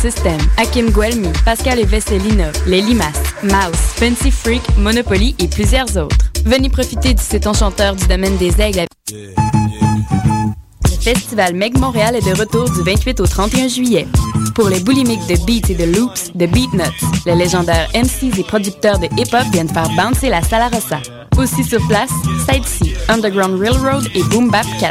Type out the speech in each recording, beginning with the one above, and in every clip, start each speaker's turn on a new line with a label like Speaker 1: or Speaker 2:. Speaker 1: System, Hakim Guelmi, Pascal et Vesselinov, Les Limaces, Mouse, Fancy Freak, Monopoly et plusieurs autres. Venez profiter du site enchanteur du domaine des aigles. à- Le Festival Meg Montréal est de retour du 28 au 31 juillet. Pour les boulimiques de Beats et de Loops, de Beatnuts, les légendaires MCs et producteurs de hip-hop viennent faire bouncer la Sala Rossa. Aussi sur place, Sightsee, Underground Railroad et Boom Bap Cats.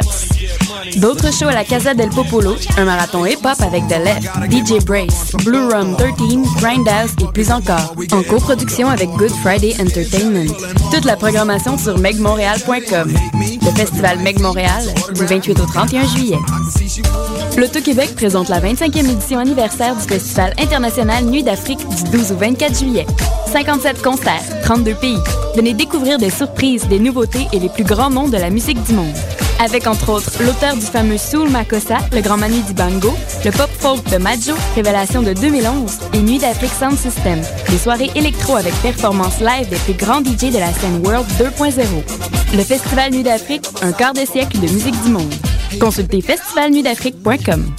Speaker 1: D'autres shows à la Casa del Popolo, un marathon hip-hop avec The Left, DJ Brace, Blue Rum 13, Grindhouse et plus encore, en coproduction avec Good Friday Entertainment. Toute la programmation sur megmontréal.com. Le festival Meg Montréal, du 28 au 31 juillet. L'Auto-Québec présente la 25e édition anniversaire du Festival international Nuit d'Afrique du 12 au 24 juillet. 57 concerts, 32 pays. Venez découvrir des surprises, des nouveautés et les plus grands noms de la musique du monde. Avec entre autres l'auteur du fameux Soul Makossa, le grand mani du bango, le pop folk de Majo, Révélation de 2011 et Nuit d'Afrique Sound System. Des soirées électro avec performances live des plus grands DJ de la scène World 2.0. Le Festival Nuit d'Afrique, un quart de siècle de musique du monde. Consultez festivalnuitdafrique.com.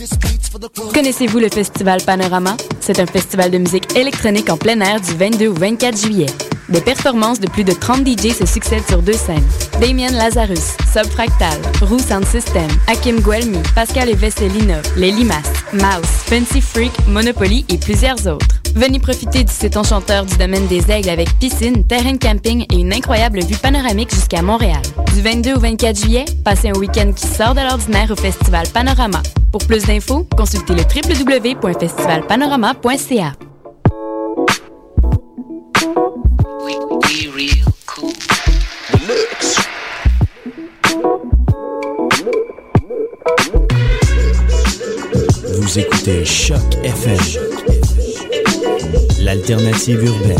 Speaker 1: Connaissez-vous le Festival Panorama? C'est un festival de musique électronique en plein air du 22 au 24 juillet. Des performances de plus de 30 DJ se succèdent sur deux scènes. Damien Lazarus, Subfractal, Roux Sound System, Hakim Guelmi, Pascal et Vesselinov, Les Limaces, Mouse, Fancy Freak, Monopoly et plusieurs autres. Venez profiter du site enchanteur du domaine des aigles avec piscine, terrain de camping et une incroyable vue panoramique jusqu'à Montréal. Du 22 au 24 juillet, passez un week-end qui sort de l'ordinaire au Festival Panorama. Pour plus d'infos, consultez le www.festivalpanorama.ca.
Speaker 2: Vous écoutez Choc FM, l'alternative urbaine.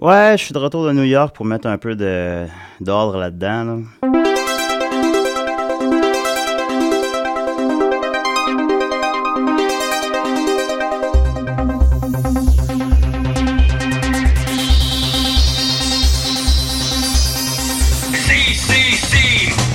Speaker 3: Ouais, je suis de retour de New York pour mettre un peu de- d'ordre là-dedans. là.
Speaker 4: Si, si, si,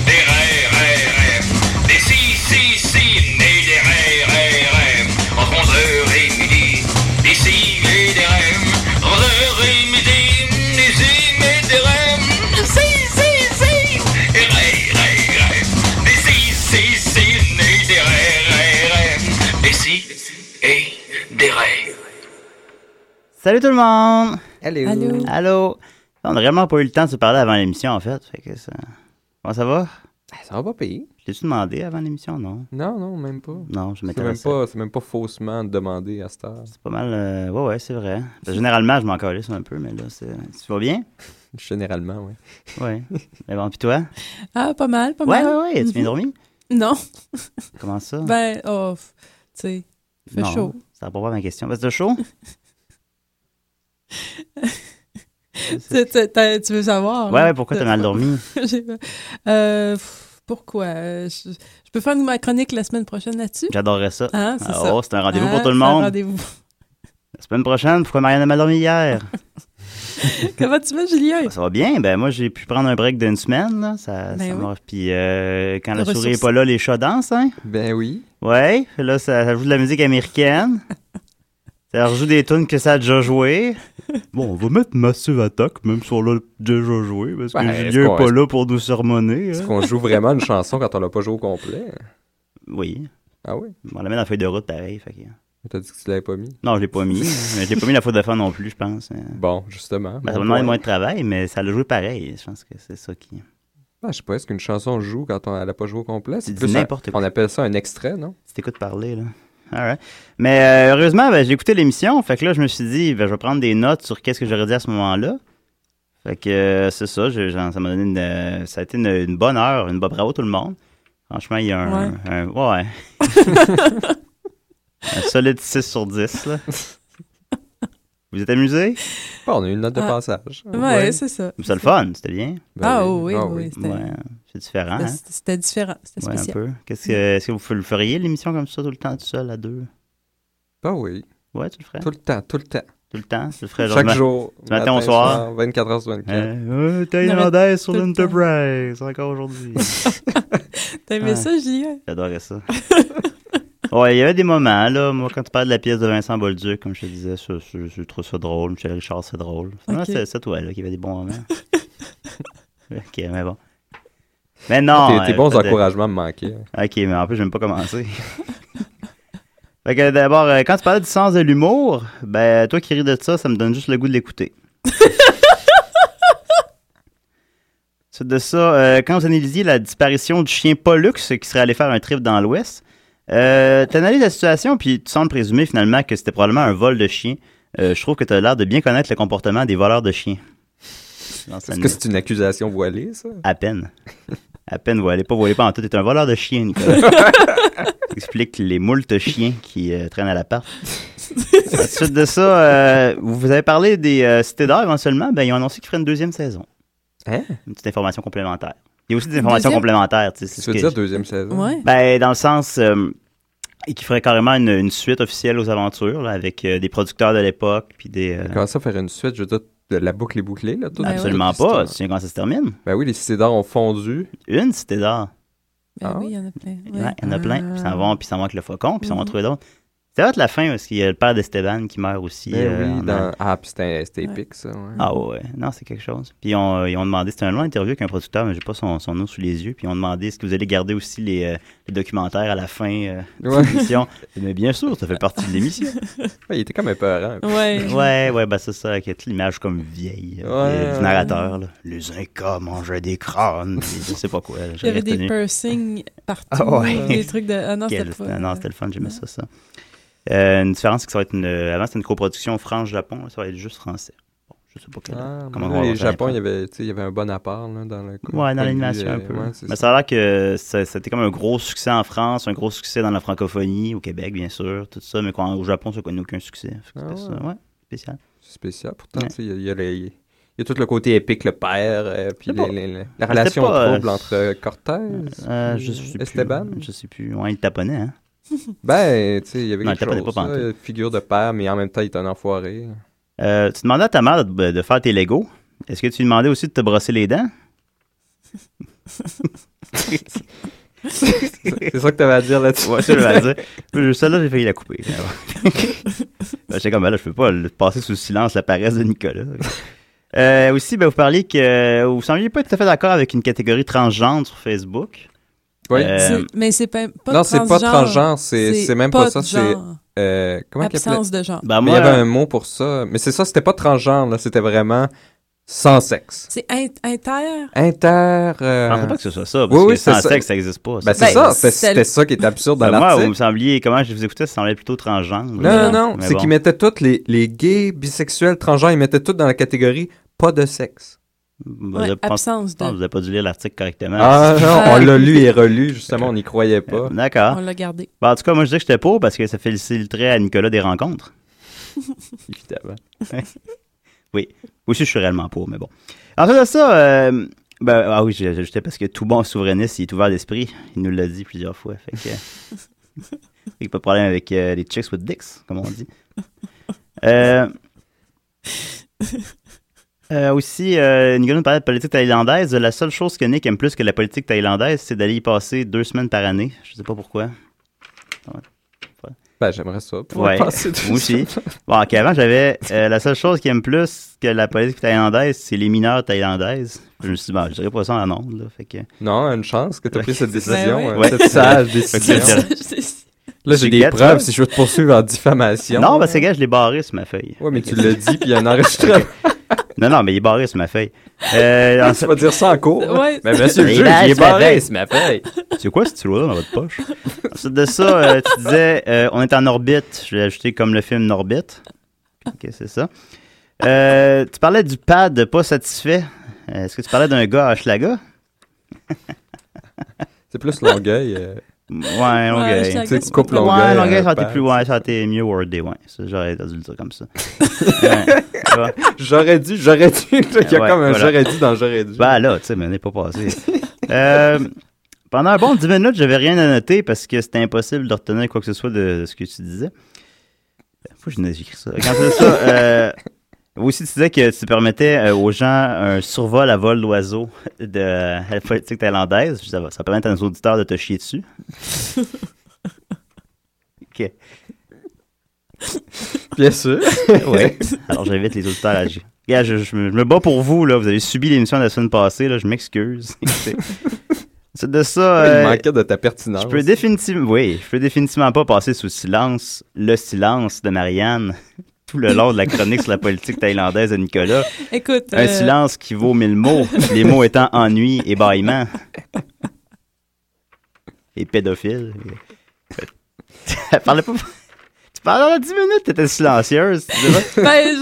Speaker 4: des RRRM. Des si, si, si, nés des RRRM. Entre 11h et midi, des si et des REM. Entre 11h et midi, des si et des REM. Si, si, si, des RRRM. Des si, si, si, nés des RRRM. Des si et des RRRM.
Speaker 3: Salut tout le monde! Hello!
Speaker 5: Allô.
Speaker 3: Allô! On n'a vraiment pas eu le temps de se parler avant l'émission, en fait. Fait que ça... Comment ça va? Ça va pas payer. Je t'ai-tu demandé avant l'émission, non?
Speaker 6: Non, non, même pas.
Speaker 3: Non, je
Speaker 6: C'est
Speaker 3: m'intéresse
Speaker 6: même pas- C'est même pas faussement demandé à cette heure.
Speaker 3: C'est pas mal. euh, Ouais, ouais, c'est vrai. Parce que généralement, je m'en calisse un peu, mais là, c'est... tu vas bien? Généralement, oui. Ouais. Mais bon, puis toi?
Speaker 5: Ah, pas mal, pas
Speaker 3: Ouais,
Speaker 5: mal.
Speaker 3: ouais, ouais. Tu viens
Speaker 5: Mhm.
Speaker 3: dormir?
Speaker 5: Non.
Speaker 3: Comment ça?
Speaker 5: Ben, oh, f- tu sais, fait
Speaker 3: non,
Speaker 5: chaud.
Speaker 3: Ça répond pas à ma question. Parce que chaud?
Speaker 5: Tu- tu- t'as- tu veux savoir?
Speaker 3: Ouais,
Speaker 5: hein?
Speaker 3: ouais, pourquoi t'as mal dormi?
Speaker 5: J'ai- euh, pff, pourquoi? Euh, Je, je peux faire ma chronique la semaine prochaine là-dessus?
Speaker 3: J'adorerais ça.
Speaker 5: Hein, c'est
Speaker 3: Ah,
Speaker 5: ça.
Speaker 3: oh, c'est un rendez-vous
Speaker 5: Hein,
Speaker 3: pour tout le
Speaker 5: c'est un
Speaker 3: monde.
Speaker 5: rendez-vous.
Speaker 3: La semaine prochaine, pourquoi Marianne a mal dormi hier?
Speaker 5: Comment tu vas, Julien?
Speaker 3: Ça va bien. Ben, moi, j'ai pu prendre un break d'une semaine. Là. Ça,
Speaker 5: Ben
Speaker 3: ça
Speaker 5: oui.
Speaker 3: m'a- Puis euh, quand la
Speaker 5: Ressources.
Speaker 3: souris n'est pas là, les chats dansent, hein? Ben oui. Ouais. Là, ça, ça joue de la musique américaine. ça rejoue des tunes que ça a déjà joué. Bon, on va mettre Massive Attack, même si on l'a déjà joué, parce que
Speaker 6: Ouais, est-ce
Speaker 3: Julien n'est
Speaker 6: qu'on-
Speaker 3: pas
Speaker 6: est-ce-
Speaker 3: là pour nous sermonner.
Speaker 6: Est-ce
Speaker 3: hein.
Speaker 6: qu'on joue vraiment une chanson quand on l'a pas joué au complet?
Speaker 3: Oui.
Speaker 6: Ah oui?
Speaker 3: On la met dans la feuille de route, pareil. Fait que...
Speaker 6: T'as dit que tu l'avais pas mis?
Speaker 3: Non, je l'ai pas mis. mais je l'ai pas mis la faute de fin non plus, je pense. Bon, justement. Ben, ça m'a
Speaker 6: bon
Speaker 3: demandé
Speaker 6: point.
Speaker 3: moins de travail, mais ça l'a joué pareil. Je pense que c'est ça qui.
Speaker 6: Ah, je sais pas, est-ce qu'une chanson joue quand on, elle a pas joué au complet?
Speaker 3: Tu
Speaker 6: C'est
Speaker 3: dis
Speaker 6: plus un-
Speaker 3: n'importe
Speaker 6: On appelle ça un extrait, non?
Speaker 3: Tu t'écoutes parler, là. All right. Mais euh, heureusement, ben, j'ai écouté l'émission. Fait que là, je me suis dit, ben, je vais prendre des notes sur qu'est-ce que j'aurais dit à ce moment-là. Fait que euh, c'est ça. je- j'en- ça m'a donné une, euh, ça a été une, une bonne heure. Une bonne bravo tout le monde. Franchement, il y a un.
Speaker 5: Ouais.
Speaker 3: un- ouais. un solide 6 sur 10, là. Vous êtes amusés? on a eu une note
Speaker 5: de Ah. passage. Ouais, Ouais. c'est ça.
Speaker 3: C'est le fun, c'était bien.
Speaker 6: Ben
Speaker 5: Ah oui, oui, Ah oui. oui, c'était-
Speaker 3: Ouais, c'est différent.
Speaker 5: C'était-
Speaker 3: hein?
Speaker 5: C'était différent, c'était
Speaker 3: Ouais, un
Speaker 5: spécial.
Speaker 3: peu. Qu'est-ce que, est-ce que vous le feriez, l'émission comme ça, tout le temps, tout seul, à deux?
Speaker 6: Ah oui.
Speaker 3: Ouais, tu le ferais.
Speaker 6: Tout le temps, tout le temps.
Speaker 3: Tout le temps, c'est frais. genre,
Speaker 6: Chaque
Speaker 3: je me-
Speaker 6: jour.
Speaker 3: Du matin au soir.
Speaker 6: 24 h sur 24.
Speaker 3: Euh, euh,
Speaker 5: Non, mais
Speaker 3: Thaïlandais sur
Speaker 5: tout le temps.
Speaker 3: l'Enterprise, encore aujourd'hui.
Speaker 5: T'as aimé
Speaker 3: Ouais.
Speaker 5: ça, Julien?
Speaker 3: J'adorais ça. ouais, il y avait des moments, là. Moi, quand tu parles de la pièce de Vincent Bolduc, comme je te disais, je, je- je trouve ça drôle. Michel Richard, c'est drôle. Finalement,
Speaker 5: Ok.
Speaker 3: c'est, c'est toi, là, qui avait des bons moments. ok, mais bon. Mais non.
Speaker 6: Tes- Tes
Speaker 3: euh,
Speaker 6: bons
Speaker 3: peut-être-
Speaker 6: encouragements me manquaient.
Speaker 3: Ok, mais en plus, je n'aime pas commencer. fait que d'abord, euh, quand tu parlais du sens de l'humour, ben, toi qui ris de ça, ça me donne juste le goût de l'écouter. Ensuite de ça, euh, quand vous analysiez la disparition du chien Pollux qui serait allé faire un trip dans l'Ouest, euh, tu analyses la situation puis tu sembles présumer finalement que c'était probablement un vol de chien. Euh, je trouve que tu as l'air de bien connaître le comportement des voleurs de chiens. Dans cet
Speaker 6: Est-ce
Speaker 3: anime.
Speaker 6: que c'est une accusation voilée, ça?
Speaker 3: À peine. À peine voilé. Pas voilé pas en tout. T'es un voleur de chiens, Nicolas. Explique les moultes chiens qui euh, traînent à la part. Ensuite de ça, euh, vous vous avez parlé des euh, cités d'or éventuellement. Ben, ils ont annoncé qu'ils feraient une deuxième saison.
Speaker 6: Hein?
Speaker 3: Une petite information complémentaire. Il y a aussi des informations
Speaker 5: Deuxième?
Speaker 3: complémentaires. tu sais, c'est
Speaker 6: Tu
Speaker 3: ce
Speaker 6: veux
Speaker 3: que
Speaker 6: dire
Speaker 3: je-
Speaker 6: deuxième saison?
Speaker 5: Ouais.
Speaker 3: Ben, dans le sens. euh, et qui ferait carrément une, une suite officielle aux aventures là, avec euh, des producteurs de l'époque puis des euh,
Speaker 6: Comment ça faire une suite? Je veux dire, de la boucle est bouclée, là? tout-
Speaker 5: Ben
Speaker 3: absolument
Speaker 6: toute l'histoire.
Speaker 3: pas tu sais quand ça se termine
Speaker 6: Ben oui, les cédars ont fondu.
Speaker 3: une cité d'or
Speaker 5: Ben
Speaker 6: Ah
Speaker 5: oui, il y en a plein.
Speaker 3: Ouais, Il
Speaker 5: ouais.
Speaker 3: y
Speaker 5: Ah.
Speaker 3: en a plein. Puis ils s'en vont, puis ils s'en vont avec le faucon, puis ils s'en vont
Speaker 5: Mhm.
Speaker 3: trouver d'autres. C'est hâte la fin, parce qu'il y a le père d'Esteban qui meurt aussi.
Speaker 6: Ben
Speaker 3: euh, en
Speaker 6: oui, dans...
Speaker 3: Allemagne.
Speaker 6: Ah, puis c'était c'était épique, ça. ouais.
Speaker 3: Ah ouais, non, c'est quelque chose. Puis ils ont, euh, ils ont demandé, c'était un long interview avec un producteur, mais j'ai pas son, son nom sous les yeux. Puis ils ont demandé, est-ce que vous allez garder aussi les, euh, les documentaires à la fin euh, de
Speaker 6: Ouais.
Speaker 3: l'émission? mais bien sûr, ça fait partie de l'émission.
Speaker 6: Ouais, il était comme épeurant. un peu.
Speaker 5: Ouais.
Speaker 3: ouais, ouais, bah c'est ça, avec toute l'image comme vieille euh,
Speaker 6: Ouais.
Speaker 3: du narrateur. là. Les Incas mangeaient des crânes, puis je sais pas quoi. là,
Speaker 5: Il y
Speaker 3: j'ai
Speaker 5: avait des
Speaker 3: retenu.
Speaker 5: piercings partout,
Speaker 3: Ah ouais.
Speaker 5: des trucs de... Ah non,
Speaker 3: Quel-
Speaker 5: c'était pas...
Speaker 3: Non, c'était le fun, j'aimais ça, ça. Euh, une différence, c'est que ça va être une... Avant, c'était une coproduction France-Japon, là, ça va être juste français. Bon, je sais pas quel...
Speaker 6: Ah,
Speaker 3: comment
Speaker 6: mais
Speaker 3: on va
Speaker 6: là, les
Speaker 3: faire
Speaker 6: Japon,
Speaker 3: après.
Speaker 6: il y avait, tu sais, il y avait un bon apport là, dans le
Speaker 3: Ouais, dans
Speaker 6: point de vue,
Speaker 3: l'animation un
Speaker 6: euh,
Speaker 3: peu.
Speaker 6: ouais, c'est
Speaker 3: Mais
Speaker 6: ça.
Speaker 3: ça a l'air que ça- c'était comme un gros succès en France, un gros succès dans la francophonie, au Québec, bien sûr, tout ça, mais quoi, au Japon, ça connaît aucun succès. Fait que
Speaker 6: Ah
Speaker 3: c'était
Speaker 6: ouais.
Speaker 3: ça, ouais, spécial.
Speaker 6: C'est spécial. Pourtant,
Speaker 3: Ouais.
Speaker 6: tu sais, il y a- il y, a les- il y a tout le côté épique, le père, euh, puis
Speaker 3: C'était
Speaker 6: les-
Speaker 3: pas-
Speaker 6: les- les- la relation
Speaker 3: pas, euh,
Speaker 6: trouble entre euh, Cortez.
Speaker 3: Euh,
Speaker 6: puis,
Speaker 3: je, sais
Speaker 6: euh, Esteban.
Speaker 3: plus. Je sais plus. Ouais, il taponnait, hein.
Speaker 6: Ben, tu sais, il y avait
Speaker 3: Non, il
Speaker 6: quelque
Speaker 3: taponnait
Speaker 6: chose.
Speaker 3: pas
Speaker 6: ça,
Speaker 3: pantoute.
Speaker 6: euh, figure de père, mais en même temps, il est un enfoiré.
Speaker 3: Euh, tu demandais à ta mère de, de faire tes Legos. Est-ce que tu lui demandais aussi de te brosser les dents?
Speaker 6: C'est ça que t'avais à dire là-dessus.
Speaker 3: Ouais, ça, je vais dire. Euh, Celle-là, j'ai failli la couper. Mais bon. Ben, J'étais comme, ben là, je peux pas le- passer sous silence la paresse de Nicolas. Euh, aussi, ben, vous parliez que vous sembliez pas tout à fait d'accord avec une catégorie transgenre sur Facebook.
Speaker 6: Oui.
Speaker 3: Euh,
Speaker 5: C'est- Mais c'est pas, pas
Speaker 6: non, c'est pas transgenre, c'est c'est même pas,
Speaker 5: de
Speaker 6: ça. C'est.
Speaker 5: genre.
Speaker 6: euh, comment qu'il appelait
Speaker 5: Absence de genre.
Speaker 3: Ben, moi,
Speaker 6: Mais il y avait un mot pour ça. Mais c'est ça, c'était pas transgenre, là. C'était vraiment sans sexe.
Speaker 5: C'est in- inter...
Speaker 6: Inter. euh,
Speaker 3: je pensais pas que ce soit ça. Parce
Speaker 6: Oui, oui,
Speaker 3: que sans
Speaker 6: c'est ça.
Speaker 3: sexe, ça existe pas.
Speaker 6: Ben,
Speaker 3: ça.
Speaker 6: c'est
Speaker 5: Ben,
Speaker 6: ça. c'est-
Speaker 5: c'est-
Speaker 6: C'était ça qui est absurde dans
Speaker 3: Ben, moi, vous
Speaker 6: l'article.
Speaker 3: me sembliez, comment je vous écoutais, ça semblait plutôt transgenre.
Speaker 6: Non, non, non.
Speaker 3: Mais
Speaker 6: C'est
Speaker 3: bon.
Speaker 6: qu'ils mettaient tous les, les gays, bisexuels, transgenres, ils mettaient tous dans la catégorie pas de sexe.
Speaker 3: Ben,
Speaker 5: Ouais,
Speaker 3: je pense-
Speaker 5: absence
Speaker 3: je pense que
Speaker 5: de...
Speaker 3: vous avez pas dû lire l'article correctement.
Speaker 6: Ah non, on
Speaker 5: Ah.
Speaker 6: l'a lu et relu, justement, on n'y croyait pas.
Speaker 3: D'accord.
Speaker 5: On l'a gardé.
Speaker 3: Ben, en tout cas, moi, je disais que j'étais pour parce que ça faciliterait à Nicolas des rencontres.
Speaker 6: Évidemment.
Speaker 3: Oui, je suis réellement pour, mais bon. Ensuite de ça, euh, ben, ah oui, j'ai ajouté parce que tout bon souverainiste, il est ouvert d'esprit. Il nous l'a dit plusieurs fois. Fait que, fait que pas de problème avec euh, les chicks with dicks, comme on dit. Euh, euh, aussi, euh, Nicolas nous parlait de politique thaïlandaise. La seule chose que Nick aime plus que la politique thaïlandaise, c'est d'aller y passer deux semaines par année. Je sais pas pourquoi.
Speaker 6: Ben, j'aimerais ça. pouvoir
Speaker 3: Ouais,
Speaker 6: passer tout
Speaker 3: moi aussi. Bon, ok, avant, j'avais. euh, la seule chose qui aime plus que la politique thaïlandaise, c'est les mineurs thaïlandaises. Je me suis dit, bon, je dirais pas ça en ondes, là. Fait que.
Speaker 6: Non, une chance que tu as pris cette
Speaker 5: ça.
Speaker 6: décision,
Speaker 5: Ben
Speaker 6: hein,
Speaker 3: ouais.
Speaker 6: cette sage
Speaker 3: Fait que
Speaker 6: décision.
Speaker 3: là,
Speaker 6: Là, j'ai
Speaker 3: tu
Speaker 6: des
Speaker 3: guettes, là.
Speaker 6: preuves si je veux te poursuivre en diffamation.
Speaker 3: Non, ben, c'est gars, je l'ai barré sur ma feuille.
Speaker 6: Ouais, mais tu l'as dit, puis il y a un enregistrement.
Speaker 3: Non, non, mais il est barré sur ma feuille. Euh,
Speaker 6: Tu vas dire ça en cours. hein.
Speaker 5: Ouais.
Speaker 6: Mais monsieur le
Speaker 3: Il
Speaker 6: juge,
Speaker 3: est
Speaker 6: il est
Speaker 3: sur ma
Speaker 6: barré,
Speaker 3: feuille.
Speaker 6: c'est ma feuille.
Speaker 3: c'est quoi ce stylo-là dans votre poche? Ensuite de ça, euh, tu disais, euh, on est en orbite. Je l'ai ajouté comme le film Norbit. Ok, c'est ça. Euh, tu parlais du pad pas satisfait. Euh, Est-ce que tu parlais d'un gars à Hochelaga?
Speaker 6: C'est plus Longueuil. euh,
Speaker 3: Ouais, Longueuil.
Speaker 5: Hochelaga,
Speaker 6: tu sais, tu
Speaker 5: c'est
Speaker 6: coupes
Speaker 5: pas-
Speaker 6: Longueuil.
Speaker 3: Ouais, Longueuil,
Speaker 6: euh,
Speaker 3: ça a été
Speaker 6: par-
Speaker 3: plus, ouais, ça a été mieux wordé, ouais. Ça, J'aurais dû le dire comme ça. ouais.
Speaker 6: J'aurais dû, j'aurais dû. Il y a
Speaker 3: Ah Ouais,
Speaker 6: comme un
Speaker 3: voilà.
Speaker 6: j'aurais dû dans j'aurais dû.
Speaker 3: Ben là, tu sais, mais on n'est pas passé. Euh, pendant un bon 10 minutes, j'avais rien à noter parce que c'était impossible de retenir quoi que ce soit de ce que tu disais. Faut que je n'ai écrit ça. Quand c'est ça, euh, aussi, tu disais que tu permettais euh, aux gens un survol à vol d'oiseau de la politique thaïlandaise. Ça, va- ça permet à nos auditeurs de te chier dessus. OK.
Speaker 6: Bien sûr.
Speaker 3: Ouais. Alors, j'invite les auditeurs à agir. Gars, je, je me je me bats pour vous, là. Vous avez subi l'émission de la semaine passée, là. Je m'excuse. Écoutez. C'est de ça.
Speaker 6: Il
Speaker 3: euh,
Speaker 6: manquait de ta pertinence.
Speaker 3: je peux définitivement, oui, je peux définitivement pas passer sous silence le silence de Marianne tout le long de la chronique sur la politique thaïlandaise de Nicolas.
Speaker 5: Écoute.
Speaker 3: Un
Speaker 5: euh,
Speaker 3: silence qui vaut mille mots, les mots étant ennui et bâillement. Et pédophile. Et- Parlais pas. Tu parlais pendant 10 minutes, t'étais silencieuse. tu dirais.
Speaker 5: ben,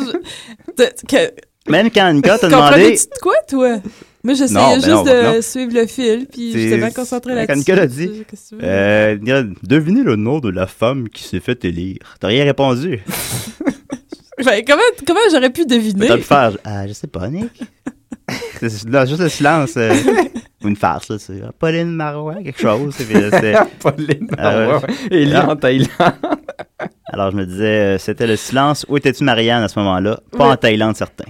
Speaker 5: je- t'as- que-
Speaker 3: Même quand Nika t'a demandé.
Speaker 5: Comprenais-tu de quoi, toi? Moi, j'essayais
Speaker 3: Non, ben
Speaker 5: juste
Speaker 3: non,
Speaker 5: de
Speaker 3: non.
Speaker 5: suivre le fil, puis
Speaker 3: C'est-
Speaker 5: j'étais bien concentrée
Speaker 3: quand
Speaker 5: là-dessus.
Speaker 3: Nicolas dit,
Speaker 5: Tu- qu'est-ce que tu veux?
Speaker 3: Euh, Nika, devinez le nom de la femme qui s'est fait élire. T'as rien répondu.
Speaker 5: Ben, comment, comment j'aurais pu deviner?
Speaker 3: T'as pu faire, euh, je sais pas, Nick. C'est- non, juste le silence. euh, ou une farce, là. C'est euh, Pauline Marois, quelque chose. et puis là, c'est-
Speaker 6: Pauline
Speaker 3: Ah ouais.
Speaker 6: Marois. Et là, en Thaïlande.
Speaker 3: Alors, je me disais, euh, c'était le silence. Où étais-tu, Marianne, à ce moment-là? Pas
Speaker 5: Ouais.
Speaker 3: en Thaïlande, certain.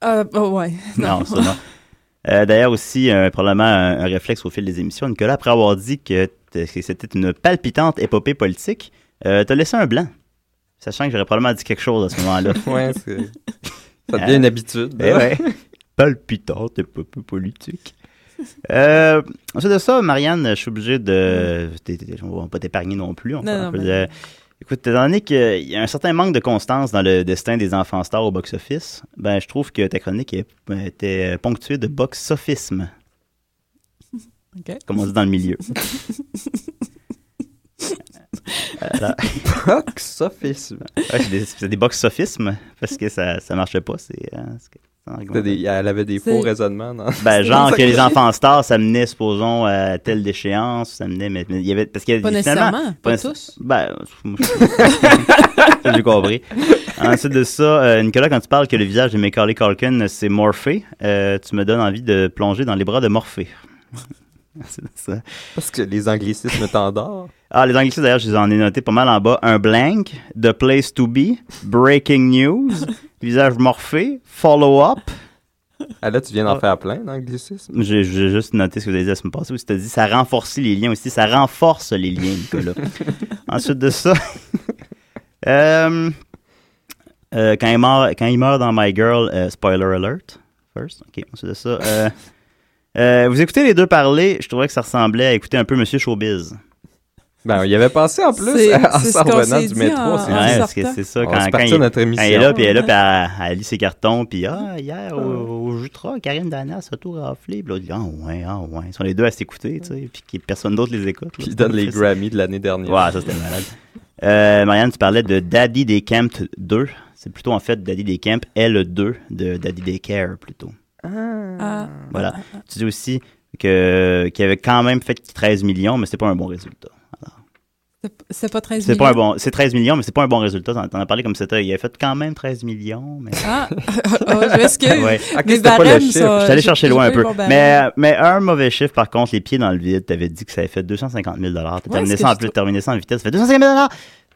Speaker 5: Ah, oh, ouais.
Speaker 3: Non, ça, non. Euh, D'ailleurs, aussi, euh, probablement un, un réflexe au fil des émissions, Nicolas, après avoir dit que, t- que c'était une palpitante épopée politique, euh, t'as laissé un blanc. Sachant que j'aurais probablement dit quelque chose à ce moment-là.
Speaker 6: Ouais, c'est- Ça devient une habitude.
Speaker 3: Eh
Speaker 6: là.
Speaker 3: ouais. Palpitante et peu, peu politique. Euh, ensuite de ça, Marianne, je suis obligé de. t'es- t'es- on va pas t'épargner non plus. On
Speaker 5: Non,
Speaker 3: peut- on
Speaker 5: non,
Speaker 3: peut
Speaker 5: mais-
Speaker 3: dire- Écoute, étant donné qu'il y a un certain manque de constance dans le destin des enfants stars au box-office, ben, je trouve que ta chronique est- était ponctuée de box-officisme,
Speaker 5: Ok.
Speaker 3: comme on dit dans le milieu.
Speaker 6: Box office.
Speaker 3: Ouais, c'est des, c'est des box-officismes, parce que ça, ça marchait pas. C'est. euh, c'est- c'est un argument.
Speaker 6: T'as des- Elle avait des
Speaker 5: C'est-
Speaker 6: faux raisonnements. Non?
Speaker 3: Ben, genre que
Speaker 6: ça que
Speaker 3: les
Speaker 6: j'ai-
Speaker 3: enfants stars, ça menait, supposons, à telle déchéance, ça menait, mais, mais il y avait, parce qu'il y avait
Speaker 5: Pas
Speaker 3: finalement-
Speaker 5: nécessairement, pas
Speaker 3: nécessaire-
Speaker 5: tous.
Speaker 3: Ben, moi, je- j'ai compris. Ensuite de ça, euh, Nicolas, quand tu parles que le visage de Macaulay Culkin, c'est Morphée, euh, tu me donnes envie de plonger dans les bras de Morphée. C'est ça.
Speaker 6: Parce que les anglicismes t'endorment.
Speaker 3: Ah, les anglicismes, d'ailleurs, je les en ai notés pas mal en bas. Un blank, The Place to Be, Breaking News, Visage Morphée, Follow-up,
Speaker 6: Ah là, tu viens d'en faire plein d'anglicismes.
Speaker 3: J'ai j'ai juste noté ce que vous avez dit la semaine passée. où Tu as dit ça renforce les liens aussi. Ça renforce les liens, Nicolas. Ensuite de ça, euh, euh, quand, il meurt, quand il meurt dans My Girl, euh, spoiler alert. First, ok. Ensuite de ça, euh, euh, vous écoutez les deux parler. Je trouvais que ça ressemblait à écouter un peu Monsieur Showbiz.
Speaker 6: Ben, il y avait pensé en plus
Speaker 5: C'est-
Speaker 6: en
Speaker 5: c'est ce
Speaker 6: s'en
Speaker 5: qu'on
Speaker 6: revenant
Speaker 5: s'est
Speaker 6: du
Speaker 5: dit
Speaker 6: métro.
Speaker 5: en-
Speaker 6: c'est-
Speaker 5: en
Speaker 3: Ouais, parce que
Speaker 5: sortant.
Speaker 3: c'est ça.
Speaker 6: On
Speaker 3: Quand,
Speaker 6: se
Speaker 3: quand
Speaker 6: partit
Speaker 3: il,
Speaker 6: notre
Speaker 3: quand il est
Speaker 6: émission.
Speaker 3: là, puis elle est là, puis elle, elle lit ses cartons, puis ah, hier au, au Jutra, Karine Danas a tout raflé. Puis l'autre dit ah ouais, ah ouais. Ils sont les deux à s'écouter, tu sais, puis que personne d'autre les écoute.
Speaker 6: Puis il donne les Grammys de l'année dernière.
Speaker 3: Ouais, ça c'était malade. Euh, Marianne, tu parlais de Daddy Day Camp 2. C'est plutôt en fait Daddy Day Camp L2 de Daddy Day Care plutôt.
Speaker 5: Ah,
Speaker 3: Voilà. Tu dis aussi que qu'il avait quand même fait 13 millions, mais c'était pas un bon résultat.
Speaker 5: c'est p- c'est pas 13
Speaker 3: C'est pas un
Speaker 5: millions.
Speaker 3: bon, c'est 13 millions, mais c'est pas un bon résultat. T'en t'en as parlé comme c'était. Il avait fait quand même 13 millions, mais.
Speaker 5: Ah, oh, je m'excuse.
Speaker 3: Ouais.
Speaker 6: Ah, que
Speaker 5: Mes
Speaker 6: c'était pas le
Speaker 5: barèmes
Speaker 6: chiffre.
Speaker 5: sont-
Speaker 3: Je suis allé
Speaker 5: j'ai-
Speaker 3: chercher
Speaker 5: j'ai
Speaker 3: loin
Speaker 5: pas
Speaker 3: un
Speaker 5: eu
Speaker 3: peu.
Speaker 5: mon barème.
Speaker 3: Mais, euh, mais un mauvais chiffre, par contre, les pieds dans le vide, t'avais dit que ça avait fait 250 000 T'as
Speaker 5: Ouais,
Speaker 3: terminé
Speaker 5: c'est
Speaker 3: ça en
Speaker 5: juste-
Speaker 3: plus, terminé ça en vitesse, ça fait 250 000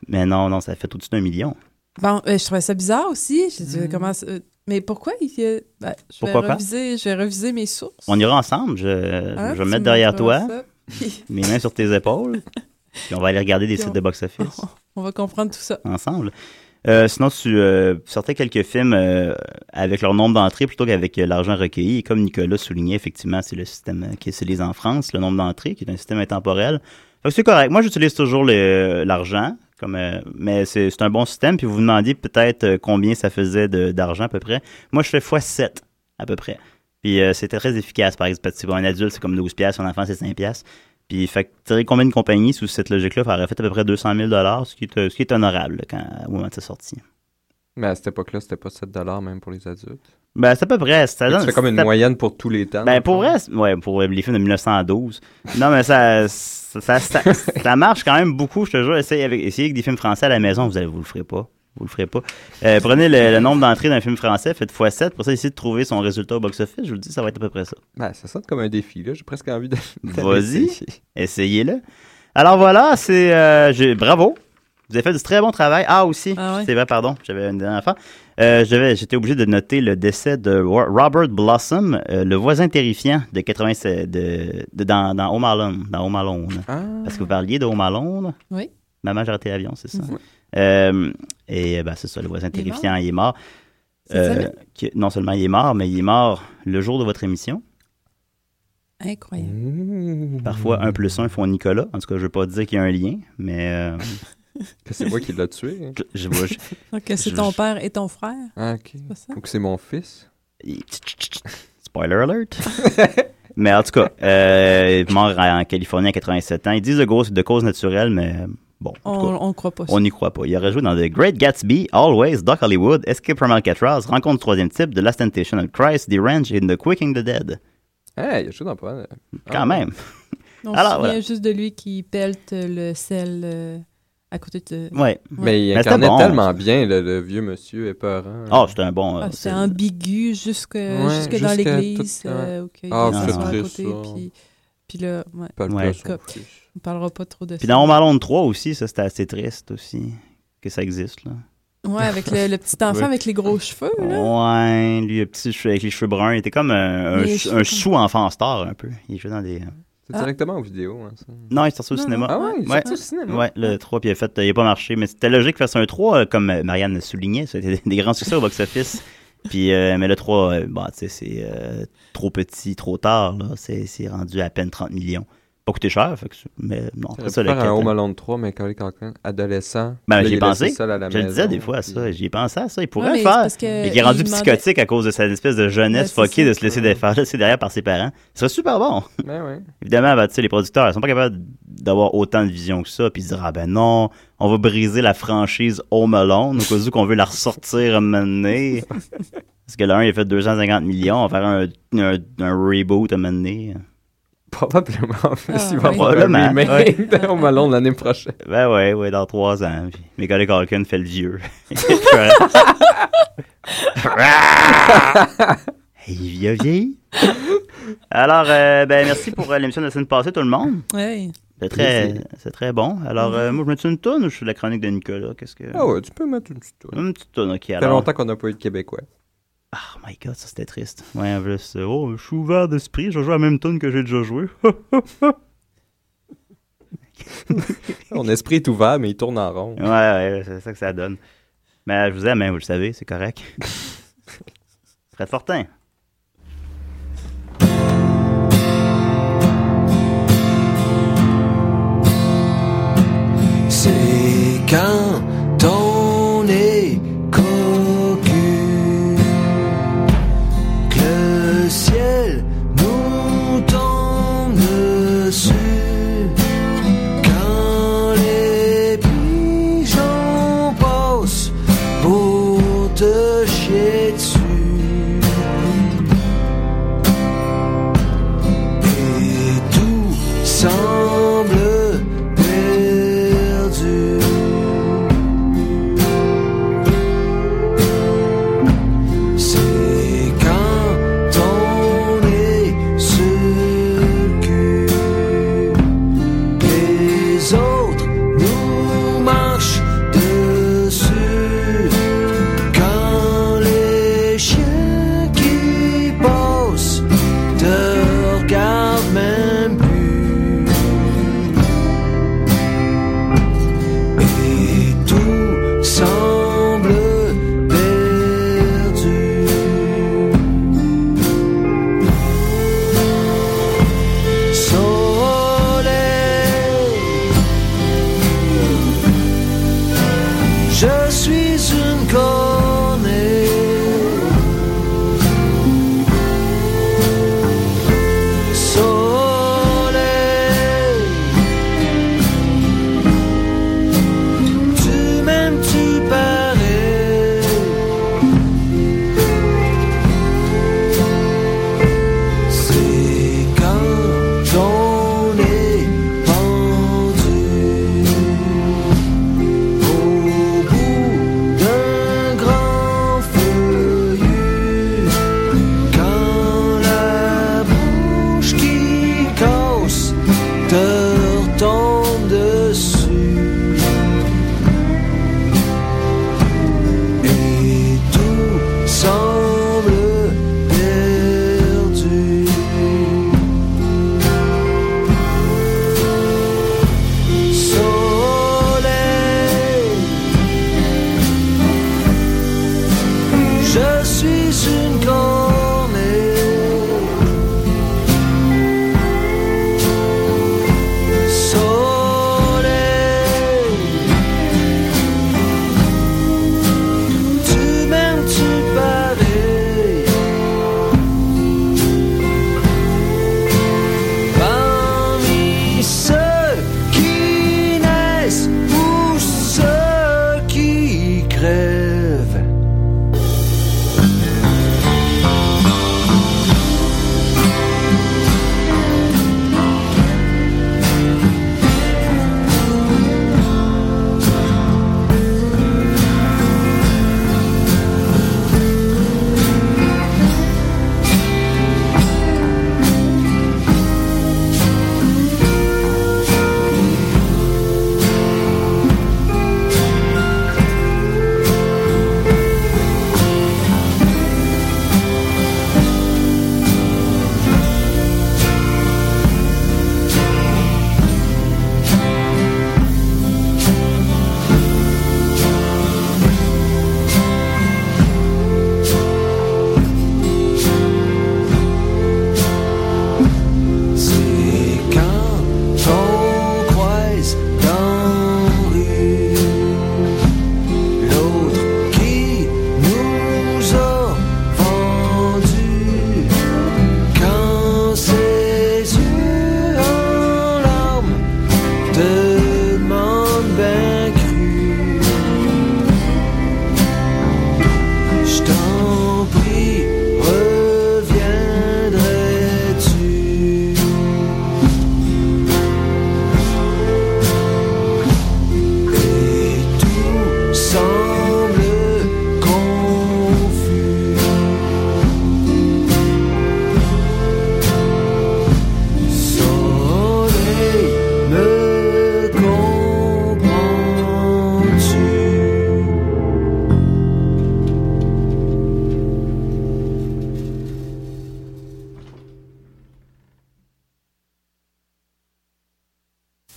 Speaker 3: Mais non, non, ça a fait au-dessus d'un million.
Speaker 5: Bon, euh, je trouvais ça bizarre aussi. J'ai dit, comment ça- euh, Mais pourquoi il y a- ben, je,
Speaker 3: Mm. Pourquoi
Speaker 5: vais
Speaker 3: pas?
Speaker 5: reviser, je vais reviser mes sources.
Speaker 3: On ira ensemble, je, je vais
Speaker 5: Hein, tu
Speaker 3: me mettre derrière toi.
Speaker 5: montreras ça, puis
Speaker 3: mes mains sur tes épaules. Puis on va aller regarder des
Speaker 5: Puis on-
Speaker 3: sites de box-office
Speaker 5: On va comprendre tout ça.
Speaker 3: ensemble. Euh, sinon, tu euh, sortais quelques films euh, avec leur nombre d'entrées plutôt qu'avec euh, l'argent recueilli. Et comme Nicolas soulignait, effectivement, c'est le système euh, qui est celui en France, le nombre d'entrées, qui est un système intemporel. Fait que c'est correct. Moi, j'utilise toujours le- l'argent, comme, euh, mais c'est c'est un bon système. Puis vous vous demandiez peut-être euh, combien ça faisait de- d'argent à peu près. Moi, je fais x7 à peu près. Puis euh, c'était très efficace, par exemple. Parce que pour un adulte, c'est comme 12 piastres, un enfant, c'est 5 piastres. Puis, fait que, tu sais, combien de compagnies sous cette logique-là auraient fait à peu près 200 000 ce qui est, euh, ce qui est honorable là, quand, au moment de sa sortie.
Speaker 6: Mais à cette époque-là, c'était pas 7 même pour les adultes.
Speaker 3: Ben, c'est à peu près. Ça donne,
Speaker 6: C'est comme une
Speaker 3: ça-
Speaker 6: moyenne hein, pour tous les temps.
Speaker 3: Ben, pour vrai, c'est- ouais, pour les films de 1912. Non, mais ça, ça, ça, ça- ça marche quand même beaucoup, je te jure. Essayez avec, essayez avec des films français à la maison, vous allez, vous le ferez pas. Vous le ferez pas. Euh, prenez le, le nombre d'entrées d'un film français, faites x7, pour ça, essayez de trouver son résultat au box-office. Je vous le dis, ça va être à peu près ça.
Speaker 6: Ben, ça sonne comme un défi, là. J'ai presque envie de. d'aller
Speaker 3: Vas-y.
Speaker 6: essayer.
Speaker 3: Essayez-le. Alors voilà, c'est euh, j'ai- bravo. Vous avez fait du très bon travail. Ah, aussi.
Speaker 5: Ah ouais?
Speaker 3: C'est vrai, pardon. J'avais une dernière affaire. Euh, j'avais- J'étais obligé de noter le décès de Wa- Robert Blossom, euh, le voisin terrifiant de 96, de, de- dans, dans Home Alone. Dans Home Alone.
Speaker 6: Ah.
Speaker 3: Parce que vous parliez de Home Alone.
Speaker 5: Oui.
Speaker 3: Maman, j'ai raté l'avion, c'est ça. Euh, et euh, ben, c'est ça, le voisin
Speaker 5: Il est
Speaker 3: terrifiant, il est mort.
Speaker 5: Cette
Speaker 3: Euh,
Speaker 5: semaine?
Speaker 3: qui- non seulement il est mort, mais il est mort le jour de votre émission. mm.
Speaker 5: Incroyable.
Speaker 6: Mmh.
Speaker 3: Parfois, un plus un font Nicolas. En tout cas, je ne veux pas dire qu'il y a un lien, mais euh,
Speaker 6: Que C'est moi qui l'ai tué. hein.
Speaker 3: je- je vois. je-
Speaker 5: Donc, euh, c'est
Speaker 3: Je-
Speaker 5: ton
Speaker 3: je-
Speaker 5: père et ton frère,
Speaker 6: Ah, ok.
Speaker 5: c'est pas ça?
Speaker 6: Ou que c'est mon fils.
Speaker 3: Spoiler alert. mais en tout cas, euh, mort en Californie à 87 ans. Ils disent de, cause- de cause naturelle, mais euh, bon. en tout cas,
Speaker 5: On, on croit pas ça.
Speaker 3: On n'y croit pas. Il aurait joué dans The Great Gatsby, Always, Doc Hollywood, Escape from Alcatraz, Rencontre du troisième type, The Last Temptation of Christ, The Range et The Quicking the Dead.
Speaker 6: Hey, il a joué dans pas.
Speaker 3: Quand même.
Speaker 5: On
Speaker 3: Alors,
Speaker 5: se souvient
Speaker 3: voilà.
Speaker 5: juste de lui qui pelte le sel euh, à côté de...
Speaker 3: Ouais.
Speaker 6: Mais il
Speaker 3: Mais c'était
Speaker 6: incarnait
Speaker 3: bon,
Speaker 6: tellement bien le, le vieux monsieur épeurant.
Speaker 3: Ah, c'était un bon. euh,
Speaker 5: Ah,
Speaker 3: c'est-
Speaker 5: c'est ambigu jusque,
Speaker 6: Ouais,
Speaker 5: jusque dans
Speaker 6: jusqu'à
Speaker 5: l'église.
Speaker 6: tout-
Speaker 5: euh, où qu'il
Speaker 6: Ah,
Speaker 5: se
Speaker 3: c'est
Speaker 5: soit à
Speaker 6: très
Speaker 5: côté,
Speaker 6: ça.
Speaker 5: puis, puis là, ouais,
Speaker 6: Pas le
Speaker 3: Ouais.
Speaker 6: poisson.
Speaker 5: on parlera pas trop de
Speaker 3: Puis
Speaker 5: ça.
Speaker 3: dans Home Alone 3 aussi, ça c'était assez triste aussi que ça existe. Là.
Speaker 5: Ouais, avec le, le petit enfant
Speaker 6: Ouais.
Speaker 5: avec les gros cheveux, là.
Speaker 3: Ouais, lui, le petit cheveux- avec les cheveux bruns, il était comme un, un,
Speaker 5: Les
Speaker 3: ch-
Speaker 5: cheveux
Speaker 3: un
Speaker 5: bruns.
Speaker 3: sous-enfant star un peu. Il jouait dans des.
Speaker 6: C'est
Speaker 5: Ah.
Speaker 6: directement aux vidéos. Hein, ça.
Speaker 3: Non, il est sorti au
Speaker 5: Non,
Speaker 3: cinéma.
Speaker 6: Ah ouais, il est
Speaker 3: Ouais.
Speaker 6: sorti au cinéma.
Speaker 3: Ouais, le 3, puis il a fait, il a pas marché, mais c'était logique de faire ça un 3, euh, comme euh, Marianne le soulignait, ça a été des grands succès au box-office. Puis, euh, mais le 3, euh, bah, tu sais, c'est euh, trop petit, trop tard, là. C'est c'est rendu à peine 30 millions. Pas coûté cher, fait que c'est- mais non,
Speaker 6: Il
Speaker 3: c'est
Speaker 6: aurait
Speaker 3: ça
Speaker 6: pu
Speaker 3: le
Speaker 6: faire un
Speaker 3: 4.
Speaker 6: Home Alone 3, mais Colin Cochran, adolescent.
Speaker 3: Ben,
Speaker 6: Là,
Speaker 3: j'y ai
Speaker 6: il est
Speaker 3: pensé.
Speaker 6: laissé seul à la
Speaker 3: Je le disais
Speaker 6: maison,
Speaker 3: des fois,
Speaker 6: puis-
Speaker 3: ça. J'y ai pensé à ça. Il pourrait
Speaker 5: Ouais, mais
Speaker 3: le
Speaker 5: c'est
Speaker 3: faire.
Speaker 5: parce que
Speaker 3: Mais qui est rendu
Speaker 5: il demandait-
Speaker 3: psychotique à cause de cette espèce de jeunesse
Speaker 5: Ben, c'est
Speaker 3: fuckée
Speaker 5: ça.
Speaker 3: de se laisser dé- faire laisser derrière par ses parents. Ce serait super bon.
Speaker 6: Ben ouais.
Speaker 3: Évidemment, ben, tu sais, les producteurs, ils sont pas capables d'avoir autant de vision que ça, puis ils se diront, ah ben non, on va briser la franchise Home Alone, au cas où qu'on veut la ressortir à un moment donné. Parce que le 1, il a fait 250 millions, on va faire un, un, un reboot à un moment donné.
Speaker 6: Probablement. en plus,
Speaker 5: Ah,
Speaker 6: il va
Speaker 5: ouais.
Speaker 6: avoir un
Speaker 3: Probablement,
Speaker 6: remake de Home Alone l'année prochaine.
Speaker 3: Ben ouais, ouais, dans trois ans. Puis Macaulay Culkin fait le vieux. il vieillit, vieilli. Alors, euh, ben merci pour euh, l'émission de la semaine passée, tout le monde.
Speaker 5: Ouais.
Speaker 3: C'est très,
Speaker 6: Plaisir.
Speaker 3: c'est très bon. Alors, euh, moi, je me tue une tonne ou je suis la chronique de Nicolas? Qu'est-ce que...
Speaker 6: Ah ouais, tu peux mettre une petite toune.
Speaker 3: Une petite tonne, ok.
Speaker 6: Ça fait
Speaker 3: Alors...
Speaker 6: longtemps qu'on n'a pas eu de Québécois.
Speaker 3: Oh my god, ça c'était triste. Ouais, en plus, euh, oh, je suis ouvert d'esprit, je joue la même tonne que j'ai déjà joué.
Speaker 6: Mon esprit est ouvert, mais il tourne en rond.
Speaker 3: ouais, ouais, c'est ça que ça donne. Mais je vous aime, hein, vous le savez, c'est correct. Fred Fortin.
Speaker 2: C'est quand on est cocu que le ciel nous tombe dessus. Quand les pigeons passent pour te chier dessus.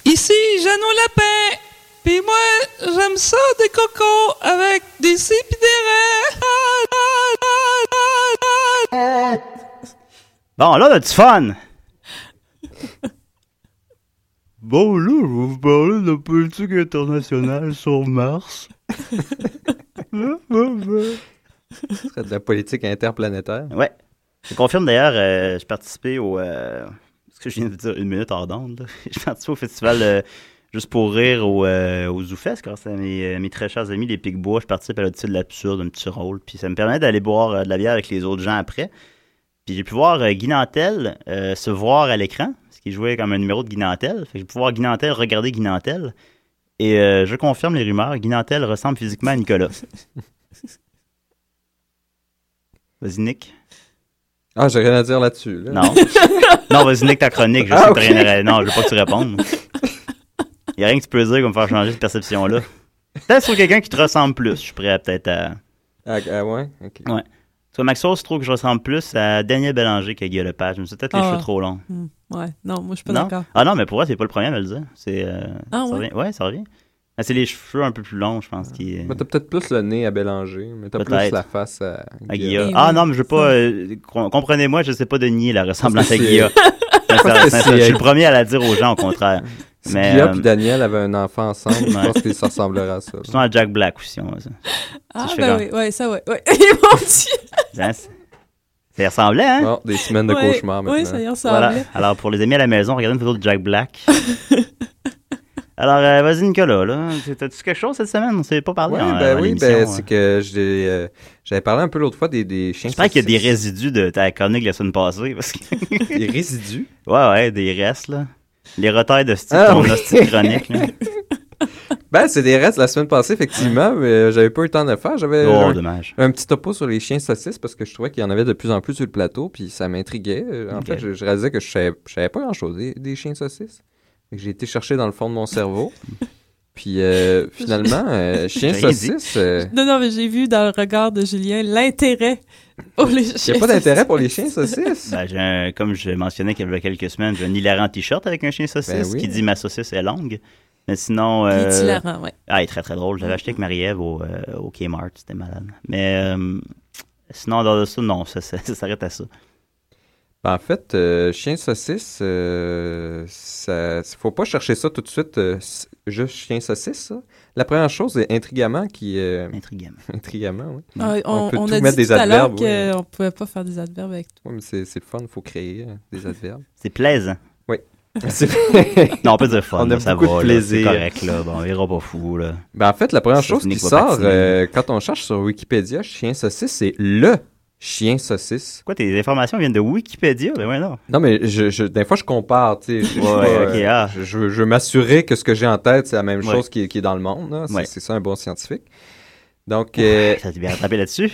Speaker 5: jeunes ont la paix. Puis moi, j'aime ça des cocos avec des scies pis des raies.
Speaker 3: Bon, là, on a du fun! Bon, là, je vais vous parler de politique internationale sur Mars. Hein? ben.
Speaker 6: Ce serait de la politique interplanétaire.
Speaker 3: Ouais. Je confirme d'ailleurs, euh, je participais au. euh, ce que je viens de dire, une minute hors d'onde. là. Je participais au festival euh, Juste pour rire au, euh, au Zoufest, grâce à mes, euh, mes très chers amis, les Picbois. Je participe à l'audition de l'absurde, un petit rôle. Puis ça me permet d'aller boire euh, de la bière avec les autres gens après. Puis j'ai pu voir euh, Guy Nantel euh, se voir à l'écran, parce qu'il jouait comme un numéro de Guy Nantel. Fait que j'ai pu voir Guy Nantel regarder Guy Nantel. Et euh, je confirme les rumeurs, Guy Nantel ressemble physiquement à Nicolas. Vas-y, Nick.
Speaker 6: Ah, j'ai rien à dire là-dessus. là.
Speaker 3: Non. non, vas-y, nique ta chronique. Je
Speaker 6: Ah,
Speaker 3: sais que
Speaker 6: ok.
Speaker 3: t'as rien à ré- Non, je veux pas que tu répondes. Il y a rien que tu peux dire qui va me faire changer cette perception-là. Peut-être sur quelqu'un qui te ressemble plus. Je suis prêt à peut-être à.
Speaker 6: Ah, ah ouais? Ok.
Speaker 3: Ouais. Toi, Maxos, je trouve que je ressemble plus à Daniel Bélanger qu'à Guy Lepage. Je me suis dit, peut-être les
Speaker 5: Ah.
Speaker 3: cheveux trop longs.
Speaker 5: Ouais, non, moi, je suis pas
Speaker 3: Non?
Speaker 5: d'accord.
Speaker 3: Ah non, mais pour moi, c'est pas le premier à me le dire. C'est, euh, ça
Speaker 5: Ah, ouais?
Speaker 3: revient- ouais, ça revient. Ah, c'est les cheveux un peu plus longs, je pense. Qui... euh,
Speaker 6: Mais t'as peut-être plus le nez à Bélanger, mais t'as plus
Speaker 3: Peut-être.
Speaker 6: la face à,
Speaker 3: À
Speaker 6: Guilla.
Speaker 3: Guilla.
Speaker 5: Eh
Speaker 3: Ah
Speaker 5: oui,
Speaker 3: non, mais je veux pas.
Speaker 5: ça.
Speaker 3: euh, com- Comprenez-moi, je sais pas de nier la ressemblance à
Speaker 6: c'est-
Speaker 3: Guilla. Sincère-
Speaker 6: que
Speaker 3: sincère,
Speaker 6: c'est-
Speaker 3: Je suis le premier à la dire aux gens, au contraire.
Speaker 6: Si
Speaker 3: Mais,
Speaker 6: Guilla
Speaker 3: euh,
Speaker 6: puis Daniel avaient un enfant ensemble, je
Speaker 3: Ouais.
Speaker 6: pense qu'ils se ressembleraient à ça. là.
Speaker 3: Sinon, à Jack Black aussi. on va dire.
Speaker 5: Ah,
Speaker 3: je fais
Speaker 5: ben
Speaker 3: comme-
Speaker 5: oui, ouais, ça, ouais. ouais. Mon Dieu!
Speaker 3: Hein, c'est- ça y ressemblait, hein?
Speaker 6: Bon, des semaines de
Speaker 5: Ouais,
Speaker 6: cauchemar maintenant.
Speaker 5: Ouais, ça y
Speaker 3: Voilà.
Speaker 5: ressemblait.
Speaker 3: Alors, pour les amis à la maison, regardez une photo de Jack Black. Alors, euh, vas-y, Nicolas, là. T'as-tu quelque chose cette semaine? On s'est pas parlé.
Speaker 6: Ouais,
Speaker 3: en-
Speaker 6: ben
Speaker 3: avant
Speaker 6: oui,
Speaker 3: l'émission,
Speaker 6: ben,
Speaker 3: hein.
Speaker 6: c'est que j'ai, euh, j'avais parlé un peu l'autre fois des, des chiens.
Speaker 3: J'espère qu'il y a des
Speaker 6: saucisses.
Speaker 3: résidus de ta chronique la semaine passée. Parce que...
Speaker 6: Des résidus.
Speaker 3: ouais, ouais, des restes, là. Les retards de style,
Speaker 6: Ah,
Speaker 3: ton
Speaker 6: oui.
Speaker 3: hostie de chronique, là.
Speaker 6: Ben, c'est des restes la semaine passée, effectivement, mais euh, j'avais pas eu le temps de le faire. J'avais
Speaker 3: Oh,
Speaker 6: un-
Speaker 3: dommage.
Speaker 6: un petit topo sur les chiens saucisses parce que je trouvais qu'il y en avait de plus en plus sur le plateau, puis ça m'intriguait. Euh, En
Speaker 3: Ok.
Speaker 6: fait, je, je réalisais que je savais, je savais pas grand-chose des, des chiens saucisses. Fait que J'ai été chercher dans le fond de mon cerveau. puis euh, finalement, euh, chiens
Speaker 3: J'ai rien dit.
Speaker 6: saucisses, euh,
Speaker 5: Non, non, mais j'ai vu dans le regard de Julien l'intérêt pour les chiens.
Speaker 6: il n'y a pas d'intérêt pour les chiens saucisses.
Speaker 3: Ben, j'ai un- comme je mentionnais qu'il y a quelques semaines, j'ai un hilarant t-shirt avec un chien saucisse
Speaker 6: Ben oui.
Speaker 3: qui dit ma saucisse est longue. Mais sinon.
Speaker 5: Il est
Speaker 3: euh,
Speaker 5: hilarant, ouais.
Speaker 3: Ah, il est très très drôle.
Speaker 6: Mm-hmm.
Speaker 3: J'avais acheté avec Marie-Ève au, euh, au Kmart, c'était malade. Mais euh, sinon, en dehors de ça, non, ça, ça- ça s'arrête à ça.
Speaker 6: Ben, en fait, euh, chiens saucisses, euh, ça, faut pas chercher ça tout de suite, euh, s- juste chiens saucisses. ça. La première chose, est intrigamment, qui euh,
Speaker 3: Intriguant.
Speaker 6: intrigamment, oui.
Speaker 5: Ah,
Speaker 6: on
Speaker 5: on,
Speaker 6: peut
Speaker 5: on
Speaker 6: tout
Speaker 5: a dit
Speaker 6: mettre des
Speaker 5: tout à l'heure
Speaker 6: adverbes, ouais.
Speaker 5: qu'on pouvait pas faire des adverbes avec
Speaker 6: Ouais, mais c'est c'est le fun, faut créer euh, des adverbes.
Speaker 3: C'est plaisant.
Speaker 6: C'est-
Speaker 3: Non, on peut dire fun,
Speaker 6: On
Speaker 3: là,
Speaker 6: aime
Speaker 3: ça
Speaker 6: beaucoup
Speaker 3: va,
Speaker 6: de
Speaker 3: là,
Speaker 6: plaisir.
Speaker 3: c'est correct, là. Bon, on verra pas fou, là.
Speaker 6: Ben, en fait, la première
Speaker 3: Sauf
Speaker 6: chose qui
Speaker 3: Nick va
Speaker 6: sort
Speaker 3: vacciner.
Speaker 6: euh, quand on cherche sur Wikipédia, chien saucisse, c'est le chien saucisse.
Speaker 3: Quoi, tes informations viennent de Wikipédia? Ben ouais, non.
Speaker 6: Non, mais je, je, des fois, je compare, tu sais. Je, je-
Speaker 3: Ouais,
Speaker 6: euh,
Speaker 3: ok, ah.
Speaker 6: je, je veux, je veux m'assurer que ce que j'ai en tête, c'est la même
Speaker 3: Ouais.
Speaker 6: chose qui, est- qui est dans le monde. là. C'est
Speaker 3: Ouais.
Speaker 6: c'est ça, un bon scientifique. Donc, euh,
Speaker 3: Ah, Ça t'est bien rattrapé là-dessus?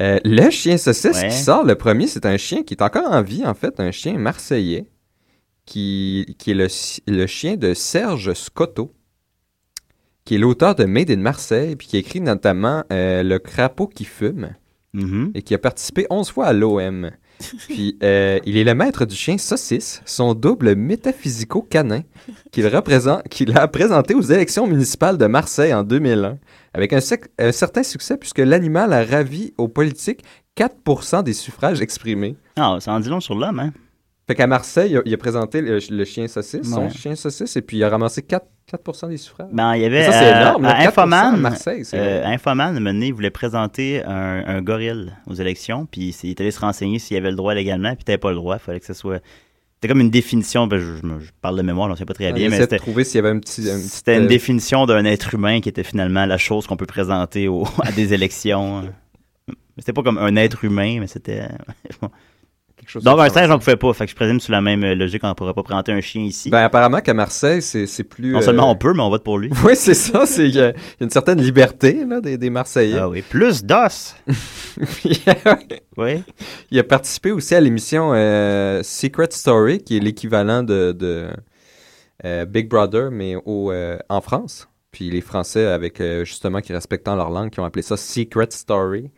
Speaker 6: euh, le chien saucisse
Speaker 3: Ouais.
Speaker 6: qui sort le premier, c'est un chien qui est encore en vie, en fait, un chien marseillais, qui, qui est le, si- le chien de Serge Scotto, qui est l'auteur de Made in Marseille, puis qui a écrit notamment euh, Le crapaud qui fume.
Speaker 3: Mhm.
Speaker 6: et qui a participé 11 fois à l'OM. Puis, euh, il est le maître du chien Saucisse, son double métaphysico-canin, qu'il représente- qu'il a présenté aux élections municipales de Marseille en 2001, avec un, sec- un certain succès puisque l'animal a ravi aux politiques 4 des suffrages exprimés.
Speaker 3: Ah, ça en dit long sur l'homme, hein?
Speaker 6: Fait qu'à Marseille, il a, il a présenté le, le chien Saucisse, son
Speaker 3: Ouais.
Speaker 6: chien Saucisse, et puis il a ramassé 4, 4 des suffrages.
Speaker 3: Ben, il y
Speaker 6: Mais
Speaker 3: avait.
Speaker 6: ça, c'est
Speaker 3: euh,
Speaker 6: énorme, là,
Speaker 3: à
Speaker 6: 4% à
Speaker 3: Infoman,
Speaker 6: Marseille, c'est
Speaker 3: euh, Infoman, à un moment donné, il voulait présenter un, un gorille aux élections, puis c'est- il était allé se renseigner s'il y avait le droit légalement, puis t'avais pas le droit, fallait que ce soit. C'était comme une définition, ben, je, je me- je parle de mémoire, je sais pas très
Speaker 6: On
Speaker 3: eh bien, mais
Speaker 6: essaie de
Speaker 3: c'était.
Speaker 6: trouver s'il Ah, y avait un petit... un petit,
Speaker 3: C'était une
Speaker 6: euh,
Speaker 3: définition d'un être humain qui était finalement la chose qu'on peut présenter au- à des élections. C'était pas comme un être humain, mais c'était.
Speaker 6: quelque chose
Speaker 3: Donc
Speaker 6: comme
Speaker 3: un
Speaker 6: ça.
Speaker 3: singe, on pouvait pas. Fait que je présume sous la même euh, logique, on pourrait pas présenter un chien ici.
Speaker 6: Ben, apparemment qu'à Marseille, c'est c'est plus...
Speaker 3: non
Speaker 6: euh,
Speaker 3: seulement on peut, mais on vote pour lui.
Speaker 6: Oui, c'est ça. c'est- Il y, a il y a une certaine liberté là, des, des Marseillais.
Speaker 3: Ah oui. Plus d'os!
Speaker 6: Puis,
Speaker 3: Oui.
Speaker 6: il a participé aussi à l'émission euh, Secret Story, qui est l'équivalent de, de, euh, Big Brother, mais au, euh, en France. Puis les Français, avec euh, justement, qui respectant leur langue, qui ont appelé ça Secret Story.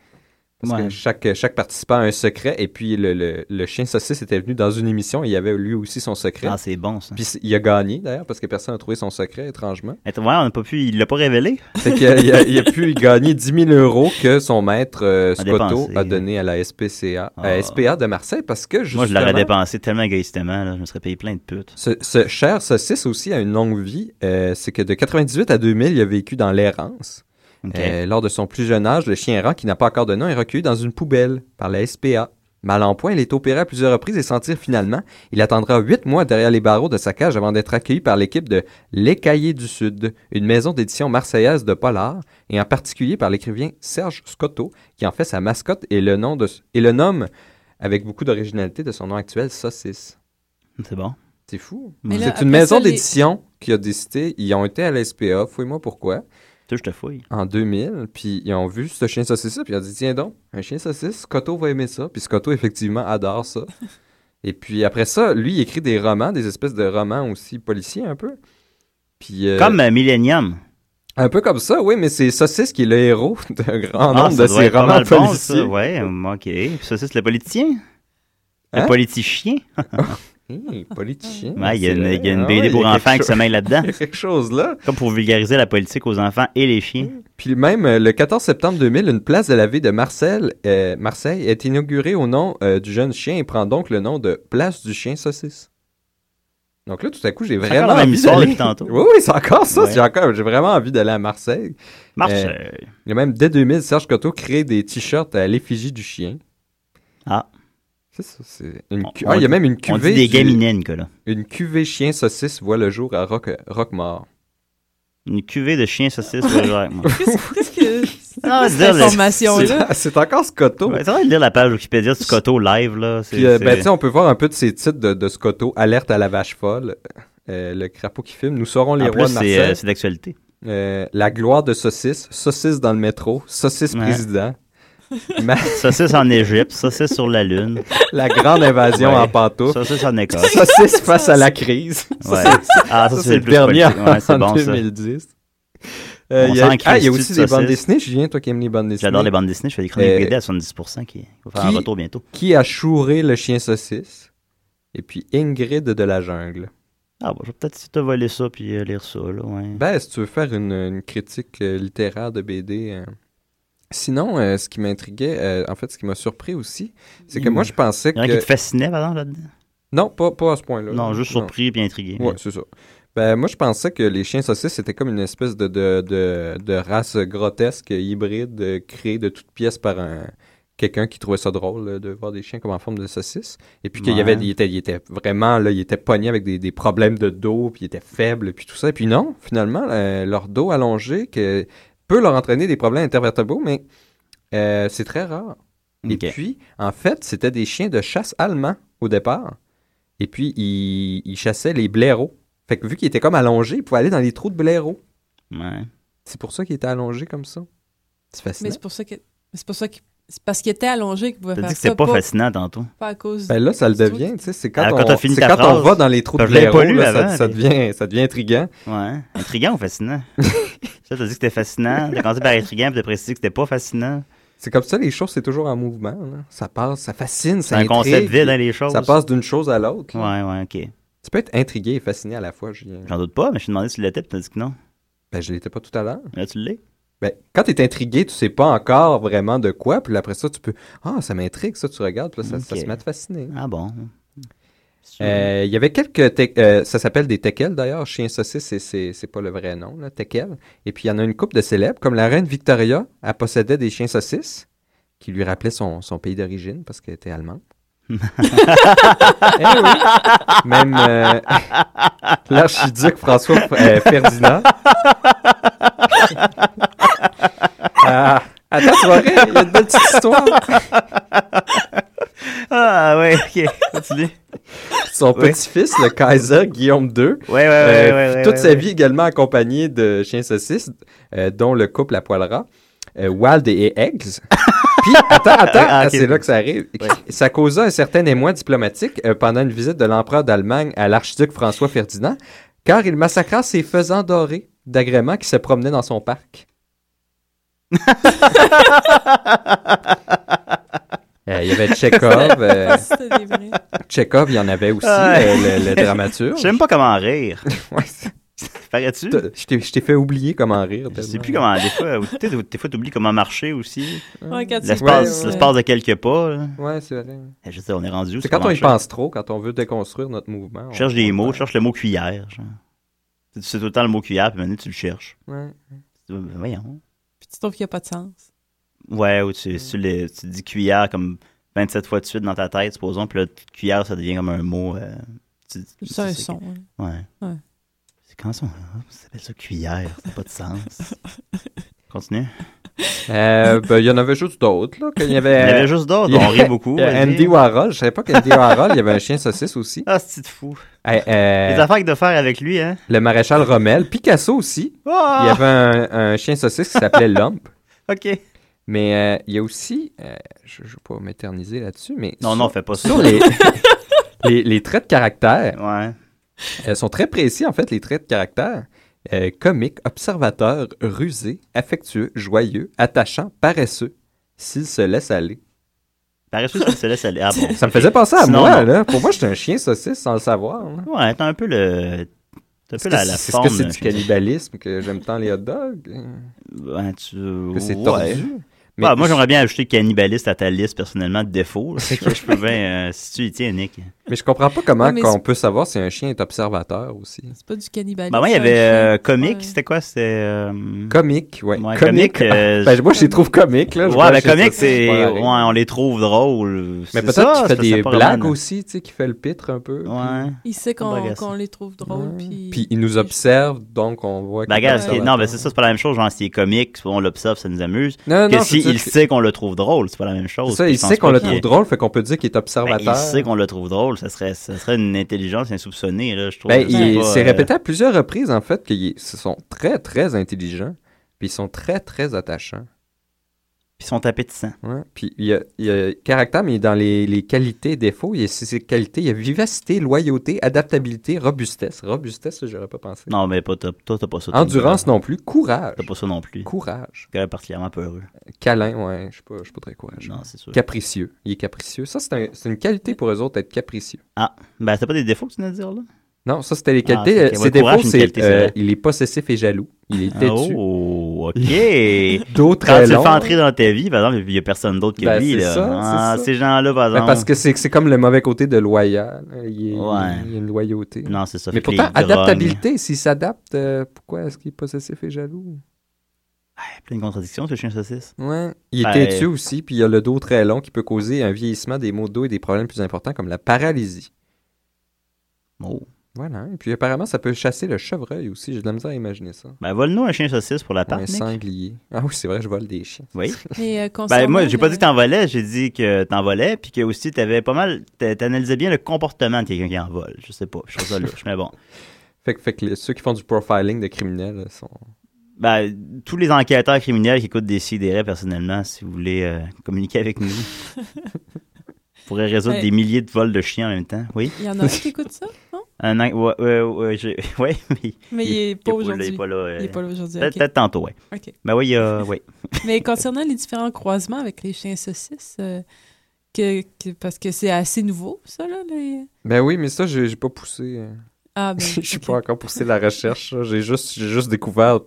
Speaker 6: Parce
Speaker 3: Ouais.
Speaker 6: que chaque, chaque participant a un secret. Et puis, le, le- le chien saucisse était venu dans une émission. Il avait lui aussi son secret.
Speaker 3: Ah, c'est bon, ça.
Speaker 6: Puis c- il a gagné, d'ailleurs, parce que personne n'a trouvé son secret, étrangement.
Speaker 3: Attends, ouais, on n'a pas pu, il l'a pas révélé.
Speaker 6: Fait qu'il a, il a- il a pu gagner 10 000 euros que son maître euh, Scotto
Speaker 3: dépensé.
Speaker 6: a donné à la SPCA, à
Speaker 3: Ah.
Speaker 6: SPA de Marseille, parce que justement,
Speaker 3: Moi, je l'aurais dépensé tellement égoïstement, là. Je me serais payé plein de putes.
Speaker 6: Ce, ce cher saucisse aussi a une longue vie. Euh, c'est que de 98 à 2000, il a vécu dans l'errance.
Speaker 3: Ok.
Speaker 6: Euh, lors de son plus jeune âge, le chien errant, qui n'a pas encore de nom, est recueilli dans une poubelle par la SPA. Mal en point, il est opéré à plusieurs reprises et s'en tire finalement. Il attendra huit mois derrière les barreaux de sa cage avant d'être accueilli par l'équipe de L'Écaillé du Sud, une maison d'édition marseillaise de polar, et en particulier par l'écrivain Serge Scotto, qui en fait sa mascotte et le, nom de, et le nomme, avec beaucoup d'originalité, de son nom actuel, Saucisse.
Speaker 3: C'est bon.
Speaker 6: C'est fou.
Speaker 5: Mais là,
Speaker 6: C'est
Speaker 5: après
Speaker 6: une maison
Speaker 5: ça, les-
Speaker 6: d'édition qui a décidé, ils ont été à la SPA, fouille-moi pourquoi,
Speaker 3: Tu je te fouille.
Speaker 6: en 2000, puis ils ont vu ce chien saucisse puis ils ont dit, tiens donc, un chien saucisse, Scotto va aimer ça, puis Scotto, effectivement, adore ça. Et puis après ça, lui, il écrit des romans, des espèces de romans aussi policiers un peu. Puis, euh,
Speaker 3: Comme euh, Millennium.
Speaker 6: Un peu comme ça, oui, mais c'est Saucisse qui est le héros d'un grand
Speaker 3: Ah,
Speaker 6: nombre
Speaker 3: ça
Speaker 6: de
Speaker 3: doit
Speaker 6: ses
Speaker 3: être pas
Speaker 6: romans
Speaker 3: mal bon,
Speaker 6: policiers.
Speaker 3: ça. Ouais, hum, ok. Puis ça, c'est le politicien.
Speaker 6: Hein?
Speaker 3: Le politicien.
Speaker 6: Hé, politicien.
Speaker 3: Ouais, il y a
Speaker 6: c'est
Speaker 3: une,
Speaker 6: vrai.
Speaker 3: il y a une
Speaker 6: Ah
Speaker 3: BD
Speaker 6: ouais,
Speaker 3: pour
Speaker 6: il y a
Speaker 3: enfants
Speaker 6: quelque
Speaker 3: qui se
Speaker 6: chose-
Speaker 3: mêle là-dedans.
Speaker 6: Il y a quelque chose là.
Speaker 3: Comme pour vulgariser la politique aux enfants et les chiens.
Speaker 6: Puis même euh, le 14 septembre 2000, une place de la ville de Marseille, euh, Marseille est inaugurée au nom euh, du jeune chien et prend donc le nom de Place du chien saucisse. Donc là, tout à coup, j'ai
Speaker 3: C'est encore
Speaker 6: vraiment
Speaker 3: la même
Speaker 6: envie
Speaker 3: histoire
Speaker 6: d'aller-
Speaker 3: depuis tantôt.
Speaker 6: Oui, oui, c'est encore ça.
Speaker 3: Ouais.
Speaker 6: J'ai encore, j'ai vraiment envie d'aller à Marseille.
Speaker 3: Marseille.
Speaker 6: Et même dès 2000, Serge Coteau crée des t-shirts à l'effigie du chien.
Speaker 3: Ah.
Speaker 6: C'est ça, c'est une
Speaker 3: On-
Speaker 6: cu-
Speaker 3: on
Speaker 6: Ah, il y a
Speaker 3: dit-
Speaker 6: même une
Speaker 3: On
Speaker 6: cuvée.
Speaker 3: dit des
Speaker 6: du-
Speaker 3: gaminets, Nicolas.
Speaker 6: Une cuvée chien saucisse voit le jour à Roc- euh, Roquemort.
Speaker 3: Une cuvée de chiens saucisses. ouais, ouais, moi.
Speaker 5: Qu'est-ce qu'est-ce que c'est
Speaker 3: Non,
Speaker 5: quoi
Speaker 3: c'est
Speaker 5: cette
Speaker 3: dire, le-
Speaker 5: information-là?
Speaker 6: Ah, C'est c'est encore Scotto.
Speaker 3: Ouais, C'est vrai de lire la page Wikipédia du Coteau live, là. C'est-
Speaker 6: Puis, euh,
Speaker 3: c'est-
Speaker 6: ben, tu sais, on peut voir un peu de ces titres de, de Scotto. Alerte à la vache folle. euh, le crapaud qui filme. Nous serons les
Speaker 3: en
Speaker 6: rois
Speaker 3: plus,
Speaker 6: de
Speaker 3: c'est euh,
Speaker 6: Marseille.
Speaker 3: c'est d'actualité.
Speaker 6: Euh, la gloire de saucisse. Saucisse dans le métro. Saucisse
Speaker 3: Ouais.
Speaker 6: président. Ma-
Speaker 3: Saucisse en Égypte, saucisse sur la Lune,
Speaker 6: la grande invasion
Speaker 3: Ouais.
Speaker 6: en pantoufle.
Speaker 3: saucisse en Écosse.
Speaker 6: Saucisse face à la crise.
Speaker 3: Ouais. Ah, ça,
Speaker 6: Ça,
Speaker 3: c'est le plus
Speaker 6: dernier
Speaker 3: politique. Ouais, c'est
Speaker 6: en
Speaker 3: bon, ça.
Speaker 6: 2010. Euh,
Speaker 3: On
Speaker 6: il y a-
Speaker 3: s'en
Speaker 6: ah, il y a
Speaker 3: crisse-tu
Speaker 6: aussi
Speaker 3: de
Speaker 6: des bandes
Speaker 3: saucisse?
Speaker 6: dessinées. Julien, toi qui aimes les bandes dessinées.
Speaker 3: J'adore les bandes dessinées. Je fais des chroniques
Speaker 6: Euh,
Speaker 3: BD à 70% qui va faire
Speaker 6: qui-
Speaker 3: un retour bientôt.
Speaker 6: Qui a chouré le chien saucisse? Et puis Ingrid de la jungle.
Speaker 3: Ah, bon, je vais peut-être te voler ça puis euh, lire ça, là. Ouais.
Speaker 6: Ben, si tu veux faire une, une critique euh, littéraire de BD. euh. Sinon, euh, ce qui m'intriguait, euh, en fait, ce qui m'a surpris aussi, c'est que
Speaker 3: Hmm.
Speaker 6: moi, je pensais
Speaker 3: Il y en a qui
Speaker 6: que.
Speaker 3: te fascinait, par exemple, là-dedans?
Speaker 6: Non, pas, pas à ce point-là.
Speaker 3: Non, juste surpris puis intrigué.
Speaker 6: Ouais, c'est ça. Ben, moi, je pensais que les chiens saucisses, c'était comme une espèce de, de, de, de race grotesque, hybride, euh, créée de toutes pièces par un quelqu'un qui trouvait ça drôle là, de voir des chiens comme en forme de saucisse. Et puis qu'il y avait,
Speaker 3: Ouais.
Speaker 6: il était, il était vraiment, là, il était pogné avec des, des problèmes de dos, puis il était faible, puis tout ça. Et puis non, finalement, euh, leur dos allongé que, peut leur entraîner des problèmes intervertébraux, mais euh, c'est très rare. Et
Speaker 3: Ok.
Speaker 6: puis, en fait, c'était des chiens de chasse allemands au départ. Et puis, ils, ils chassaient les blaireaux. Fait que vu qu'ils étaient comme allongés, ils pouvaient aller dans les trous de blaireaux.
Speaker 3: Ouais.
Speaker 6: C'est pour ça qu'ils étaient allongés comme ça. C'est
Speaker 5: Mais
Speaker 6: fascinant.
Speaker 5: c'est pour ça que. C'est pour ça que. C'est parce qu'il était allongé qu'il pouvait
Speaker 3: T'as
Speaker 5: faire
Speaker 3: dit que
Speaker 5: ça.
Speaker 3: c'était pas fascinant tantôt.
Speaker 5: pas à cause.
Speaker 6: Ben là, ça le
Speaker 5: C'est tout.
Speaker 6: devient, tu sais, c'est
Speaker 3: Ah,
Speaker 6: quand,
Speaker 3: quand
Speaker 6: on,
Speaker 3: t'as fini
Speaker 6: c'est
Speaker 3: ta
Speaker 6: quand on
Speaker 3: phrase.
Speaker 6: va dans les trous de
Speaker 3: Parce que je l'avais
Speaker 6: blaireaux,
Speaker 3: pas lu
Speaker 6: là, ça,
Speaker 3: avant,
Speaker 6: ça
Speaker 3: mais-
Speaker 6: devient, ça devient intriguant.
Speaker 3: Ouais. Intriguant ou fascinant? ça, t'as dit que c'était fascinant. T'as commencé par intriguant puis t'as précisé que c'était pas fascinant.
Speaker 6: C'est comme ça, les choses, c'est toujours en mouvement. là. Ça passe, ça fascine,
Speaker 3: C'est
Speaker 6: ça
Speaker 3: un
Speaker 6: intrigue.
Speaker 3: concept vide, hein, les choses.
Speaker 6: Ça passe d'une chose à l'autre. là.
Speaker 3: Ouais, ouais, ok.
Speaker 6: Tu peux être intrigué et fasciné à la fois, Julien.
Speaker 3: J'en doute pas, mais je suis demandé si tu l'étais, puis t'as dit que non.
Speaker 6: Ben, je l'étais pas tout à l'heure.
Speaker 3: Là, tu l'es.
Speaker 6: Ben, quand tu es intrigué, tu sais pas encore vraiment de quoi, puis après ça, tu peux. Ah, ça m'intrigue, ça, tu regardes, puis là, ça, ça
Speaker 3: Ok.
Speaker 6: se met à te fasciner.
Speaker 3: Ah bon.
Speaker 6: Euh, Il y avait quelques. te- euh, ça s'appelle des teckels, d'ailleurs. Chien saucisse, c'est- c'est c'est pas le vrai nom, là, teckel. Et puis, il y en a une coupe de célèbres, comme la reine Victoria, elle possédait des chiens saucisses, qui lui rappelaient son, son pays d'origine, parce qu'elle était allemande. Eh oui. Même euh, l'archiduc François euh, Ferdinand. Ah, attends, tu vas rire, il y a une belle petite histoire.
Speaker 3: Ah ouais, ok. Continue.
Speaker 6: Son
Speaker 3: Ouais.
Speaker 6: petit-fils, le Kaiser Guillaume II,
Speaker 3: Ouais, ouais, ouais.
Speaker 6: Euh,
Speaker 3: ouais, ouais,
Speaker 6: puis
Speaker 3: ouais,
Speaker 6: toute sa
Speaker 3: ouais.
Speaker 6: vie également accompagnée de chiens saucisses, euh, dont le couple à poil ras, euh, Wald et Eggs. Puis, attends, attends,
Speaker 3: Ah, ok.
Speaker 6: c'est là que ça arrive. Ça causa un certain émoi diplomatique euh, pendant une visite de l'empereur d'Allemagne à l'archiduc François Ferdinand, car il massacra ses faisans dorés d'agrément qui se promenaient dans son parc. Euh, Il y avait Chekhov. euh,
Speaker 5: C'était des vrais.
Speaker 6: Chekhov, il y en avait aussi,
Speaker 3: Ouais.
Speaker 6: euh, le, le dramaturge.
Speaker 3: Je sais même pas comment rire.
Speaker 6: Ouais, c'est-
Speaker 3: Parais-tu?
Speaker 6: je t'ai- je t'ai fait oublier comment rire.
Speaker 3: Je sais
Speaker 6: tellement.
Speaker 3: plus comment. Des fois, tu sais, des fois, t'oublies comment marcher aussi.
Speaker 5: Ouais, quand Ah, tu euh,
Speaker 3: L'espace
Speaker 5: penses,
Speaker 3: l'espace de quelques pas. là. Eh,
Speaker 6: Ouais, c'est vrai.
Speaker 3: Je veux dire, on est rendu où?
Speaker 6: C'est quand
Speaker 3: comment
Speaker 6: on y
Speaker 3: marcher?
Speaker 6: pense trop, quand on veut déconstruire notre mouvement. on-
Speaker 3: Je cherche des
Speaker 6: on-
Speaker 3: mots, je cherche le mot cuillère. genre. Tu sais tout le temps le mot cuillère, puis maintenant tu le cherches.
Speaker 6: Ouais.
Speaker 3: Tu dis, ben, Voyons.
Speaker 5: Puis tu trouves qu'il n'y a pas de sens.
Speaker 3: Ouais, ou tu, tu le- tu dis cuillère comme 27 fois de suite dans ta tête, supposons, puis là, cuillère, ça devient comme un mot. euh, tu-
Speaker 5: C'est juste
Speaker 3: tu
Speaker 5: un
Speaker 3: sais-
Speaker 5: son. hein.
Speaker 3: Ouais.
Speaker 5: Ouais.
Speaker 3: C'est quand ça, on s'appelle ça cuillère, ça n'a pas de sens. Continue.
Speaker 6: Euh, ben, il y en avait juste d'autres, là. qu'il y avait,
Speaker 3: Il y avait juste d'autres,
Speaker 6: Euh, il y
Speaker 3: on
Speaker 6: avait-
Speaker 3: rit beaucoup.
Speaker 6: euh,
Speaker 3: vas-y.
Speaker 6: Andy Warhol. Je savais pas qu'Andy Warhol, il y avait un chien saucisse aussi.
Speaker 3: Ah, c'est fou.
Speaker 6: Eh, euh,
Speaker 3: Les affaires que de faire avec lui, hein.
Speaker 6: le maréchal Rommel. Picasso aussi. Il y
Speaker 3: Ah,
Speaker 6: avait un, un chien saucisse qui s'appelait Lump.
Speaker 3: ok.
Speaker 6: Mais euh, il y a aussi, euh, je ne vais pas m'éterniser là-dessus, mais
Speaker 3: Non,
Speaker 6: sur-
Speaker 3: non, fais pas ça.
Speaker 6: sur les, les, les traits de caractère,
Speaker 3: Ouais.
Speaker 6: euh, sont très précis en fait, les traits de caractère. Euh, comique, observateur, rusé, affectueux, joyeux, attachant, paresseux, s'il se laisse aller.
Speaker 3: Paresseux, ça se laisse aller. Ah bon.
Speaker 6: Ça me faisait penser à
Speaker 3: Sinon,
Speaker 6: moi,
Speaker 3: non.
Speaker 6: là. Pour moi, j'étais un chien saucisse sans le savoir. hein.
Speaker 3: Ouais, t'as un peu le. T'as un
Speaker 6: Est-ce
Speaker 3: peu
Speaker 6: que
Speaker 3: la,
Speaker 6: c'est
Speaker 3: la
Speaker 6: est-ce
Speaker 3: forme.
Speaker 6: que c'est
Speaker 3: là,
Speaker 6: du
Speaker 3: je sais
Speaker 6: cannibalisme que j'aime tant les hot dogs? Est-ce
Speaker 3: pas. Ben, tu.
Speaker 6: que c'est
Speaker 3: ouais.
Speaker 6: tordu? Mais
Speaker 3: Bah, moi, j'aimerais bien ajouter cannibaliste à ta liste, personnellement, de défauts. là.
Speaker 6: C'est
Speaker 3: Je, je peux bien. euh, si tu y tiens, Nick.
Speaker 6: Mais je comprends pas comment
Speaker 5: Ouais, mais
Speaker 6: on
Speaker 5: c'est-
Speaker 6: peut savoir si un chien est observateur aussi.
Speaker 5: C'est pas du cannibalisme.
Speaker 3: Bah, moi, il y
Speaker 5: c'est un
Speaker 3: avait euh,
Speaker 5: chien.
Speaker 3: comique,
Speaker 5: Ouais.
Speaker 3: c'était quoi C'était. euh,
Speaker 6: Comique, ouais.
Speaker 3: ouais,
Speaker 6: comique.
Speaker 3: euh,
Speaker 6: Ben, moi, je les trouve comiques, là. Je vois
Speaker 3: ouais, mais
Speaker 6: chez ça,
Speaker 3: comique, c'est.
Speaker 6: pas
Speaker 3: Ouais,
Speaker 6: pareil.
Speaker 3: on les trouve drôles.
Speaker 6: Mais
Speaker 3: C'est ça, c'est
Speaker 6: peut-être qu'il fait
Speaker 3: parce que
Speaker 6: des
Speaker 3: c'est pas vraiment-
Speaker 6: blagues aussi, tu sais, qui fait le pitre un peu.
Speaker 3: Ouais.
Speaker 5: Il sait qu'on
Speaker 3: Intéressant.
Speaker 5: qu'on les trouve drôles. Oh, Puis,
Speaker 6: Puis il nous observe, donc on voit. qu'il
Speaker 3: Bah,
Speaker 6: est
Speaker 3: regarde, c'est- non,
Speaker 6: observateur.
Speaker 3: mais c'est ça, c'est pas la même chose. Genre, s'il est comique, souvent, on l'observe, ça nous amuse.
Speaker 6: Non, non,
Speaker 3: que
Speaker 6: je
Speaker 3: s'il
Speaker 6: veux dire que-
Speaker 3: sait qu'on le trouve drôle, c'est pas la même
Speaker 6: c'est
Speaker 3: chose.
Speaker 6: ça,
Speaker 3: Puis
Speaker 6: il
Speaker 3: je pense
Speaker 6: sait qu'on
Speaker 3: pas
Speaker 6: le
Speaker 3: qu'il-
Speaker 6: trouve drôle, fait qu'on peut dire qu'il est
Speaker 3: Ben,
Speaker 6: observateur.
Speaker 3: il sait qu'on le trouve drôle, ça serait, ça serait une intelligence insoupçonnée, là, je trouve.
Speaker 6: Ben,
Speaker 3: Je sais
Speaker 6: il
Speaker 3: pas,
Speaker 6: s'est
Speaker 3: euh,
Speaker 6: répété à plusieurs reprises, en fait, qu'ils sont très, très intelligents, puis ils sont très, très attachants.
Speaker 3: Puis ils sont appétissants.
Speaker 6: Ouais. Puis il y a, il y a caractère, mais dans les, les qualités et défauts, il y a ces ces qualités, il y a vivacité, loyauté, adaptabilité, robustesse. Robustesse, ça, j'aurais pas pensé.
Speaker 3: Non, mais pas, t'as- toi, t'as pas ça. toi,
Speaker 6: Endurance
Speaker 3: non
Speaker 6: non plus, courage.
Speaker 3: T'as pas ça non plus.
Speaker 6: Courage.
Speaker 3: Gars particulièrement peureux.
Speaker 6: Câlin, ouais, je suis pas, je suis pas très courageux.
Speaker 3: Non, c'est sûr.
Speaker 6: Capricieux. Il est capricieux. Ça, c'est un- c'est une qualité pour eux autres, être capricieux.
Speaker 3: Ben, c'était pas des défauts que tu venais de dire, là?
Speaker 6: Non, ça, c'était les
Speaker 3: Ah,
Speaker 6: qualités. euh,
Speaker 3: ok, ouais,
Speaker 6: Ses
Speaker 3: courage,
Speaker 6: défauts,
Speaker 3: c'est une
Speaker 6: c'est
Speaker 3: qualité, c'est
Speaker 6: euh,
Speaker 3: vrai. Ah,
Speaker 6: il est possessif et jaloux. Il est têtu. euh,
Speaker 3: Oh, OK!
Speaker 6: Dos
Speaker 3: Quand
Speaker 6: très
Speaker 3: tu le
Speaker 6: long.
Speaker 3: fais entrer dans ta vie, par exemple, il y a personne d'autre que
Speaker 6: Ben,
Speaker 3: lui,
Speaker 6: c'est
Speaker 3: là.
Speaker 6: ça,
Speaker 3: ah,
Speaker 6: c'est ça.
Speaker 3: ces gens-là, par
Speaker 6: Ben,
Speaker 3: exemple.
Speaker 6: parce que c'est c'est comme le mauvais côté de loyal. hein. Il, est-
Speaker 3: Ouais.
Speaker 6: il y a une loyauté.
Speaker 3: Non, c'est ça.
Speaker 6: Mais
Speaker 3: fait que les
Speaker 6: pourtant,
Speaker 3: grognes,
Speaker 6: adaptabilité, s'il s'adapte, euh, pourquoi est-ce qu'il est possessif et jaloux?
Speaker 3: Il y a plein de contradictions, ce chien saucisse.
Speaker 6: Ouais. Il est
Speaker 3: Ben-
Speaker 6: têtu aussi, puis il a le dos très long qui peut causer un vieillissement des maux de dos et des problèmes plus importants comme la paralysie.
Speaker 3: Oh.
Speaker 6: Voilà. Et puis apparemment, ça peut chasser le chevreuil aussi. J'ai de la misère à imaginer ça.
Speaker 3: Ben, vole-nous un chien saucisse pour la
Speaker 6: Ou Un
Speaker 3: part, Nick.
Speaker 6: sanglier. Ah oui, c'est vrai, je vole des chiens.
Speaker 3: Oui.
Speaker 5: Mais, euh,
Speaker 3: Ben,
Speaker 5: concernant
Speaker 3: moi, j'ai
Speaker 5: le-
Speaker 3: pas dit que t'en volais, j'ai dit que t'en volais, puis que aussi t'avais pas mal, t'a- t'analysais bien le comportement de quelqu'un qui en vole. Je sais pas, je trouve ça louche, mais bon.
Speaker 6: Fait que, fait que les- ceux qui font du profiling de criminels là, sont.
Speaker 3: Ben, tous les enquêteurs criminels qui écoutent des CDR personnellement, si vous voulez euh, communiquer avec nous, pourrait résoudre
Speaker 5: Ouais.
Speaker 3: des milliers de vols de chiens en même temps. Oui.
Speaker 5: Il y en a un qui écoute ça, non?
Speaker 3: Un, en- ouais, ouais, ouais, j'ai- ouais, mais
Speaker 5: Mais il,
Speaker 3: Il-
Speaker 5: est pas
Speaker 3: il là,
Speaker 5: aujourd'hui.
Speaker 3: il est pas là. euh,
Speaker 5: Il est pas là aujourd'hui.
Speaker 3: Peut-être
Speaker 5: ok.
Speaker 3: peut-être tantôt, ouais.
Speaker 5: Ok.
Speaker 3: Ben oui, il y a- ouais.
Speaker 5: Mais concernant les différents croisements avec les chiens saucisses, euh, que, que- parce que c'est assez nouveau, ça, là. Les...
Speaker 6: Ben oui, mais ça, j'ai j'ai pas poussé. euh,
Speaker 5: Ah, ben.
Speaker 6: Je suis
Speaker 5: ok.
Speaker 6: pas encore poussé la recherche. là. J'ai juste, j'ai juste découvert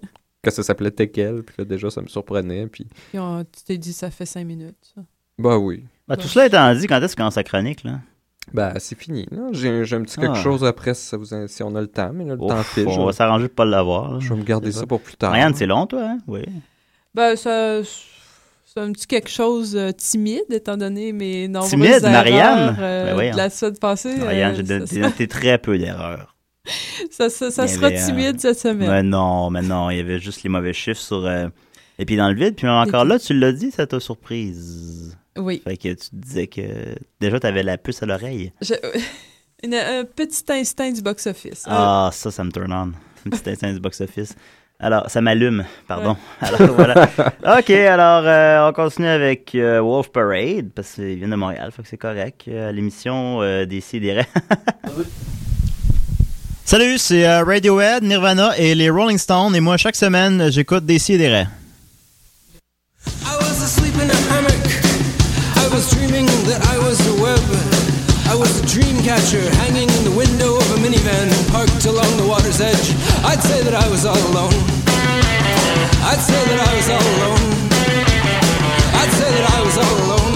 Speaker 6: que ça s'appelait Tekel, puis là, déjà, ça me surprenait. Puis,
Speaker 5: Puis on- tu t'es dit, ça fait cinq minutes. ça.
Speaker 6: bah oui.
Speaker 3: Ben, tout cela étant dit, quand est-ce qu'on sa chronique, là?
Speaker 6: Bah, c'est fini. là. J'ai j'ai un petit quelque
Speaker 3: Ah.
Speaker 6: chose après si, ça vous in- si on a le temps, mais là, le temps
Speaker 3: Ouf,
Speaker 6: file.
Speaker 3: on va
Speaker 6: Je,
Speaker 3: s'arranger de pas l'avoir. là.
Speaker 6: je vais me garder
Speaker 3: C'est
Speaker 6: ça
Speaker 3: ça.
Speaker 6: pour plus tard.
Speaker 3: Marianne, c'est long, toi, hein? Oui.
Speaker 5: Ben, ça. C'est un petit quelque chose euh, timide, étant donné mes nombreuses
Speaker 3: Timide,
Speaker 5: erreurs,
Speaker 3: Marianne?
Speaker 5: euh,
Speaker 3: Ben voyons.
Speaker 5: de la semaine passée. euh,
Speaker 3: Marianne, j'ai
Speaker 5: ça-
Speaker 3: don- j'ai noté très peu d'erreurs.
Speaker 5: ça, ça- ça
Speaker 3: Il y
Speaker 5: sera
Speaker 3: avait, euh,
Speaker 5: timide cette semaine.
Speaker 3: Mais non, mais non, il y avait juste les mauvais chiffres sur euh, les pieds dans le vide. Puis même encore là, tu l'as dit, ça t'a surprise.
Speaker 5: Oui.
Speaker 3: Fait que tu te disais que déjà, t'avais la puce à l'oreille.
Speaker 5: Je- Une- un petit instinct du box-office. Un-
Speaker 3: Ah, ça, ça me turn on. Un petit instinct du box-office. Alors, ça m'allume, pardon. Alors, voilà. OK, alors, euh, on continue avec euh, Wolf Parade, parce qu'ils viennent de Montréal, fait que c'est correct. Euh, L'émission euh, des Sidérés.
Speaker 7: Salut, c'est euh, Radiohead, Nirvana et les Rolling Stones. Et moi, chaque semaine, j'écoute des et des picture hanging in the window of a minivan parked along the water's edge. I'd say that I was all alone. I'd say that I was all alone. I'd say that I was all alone.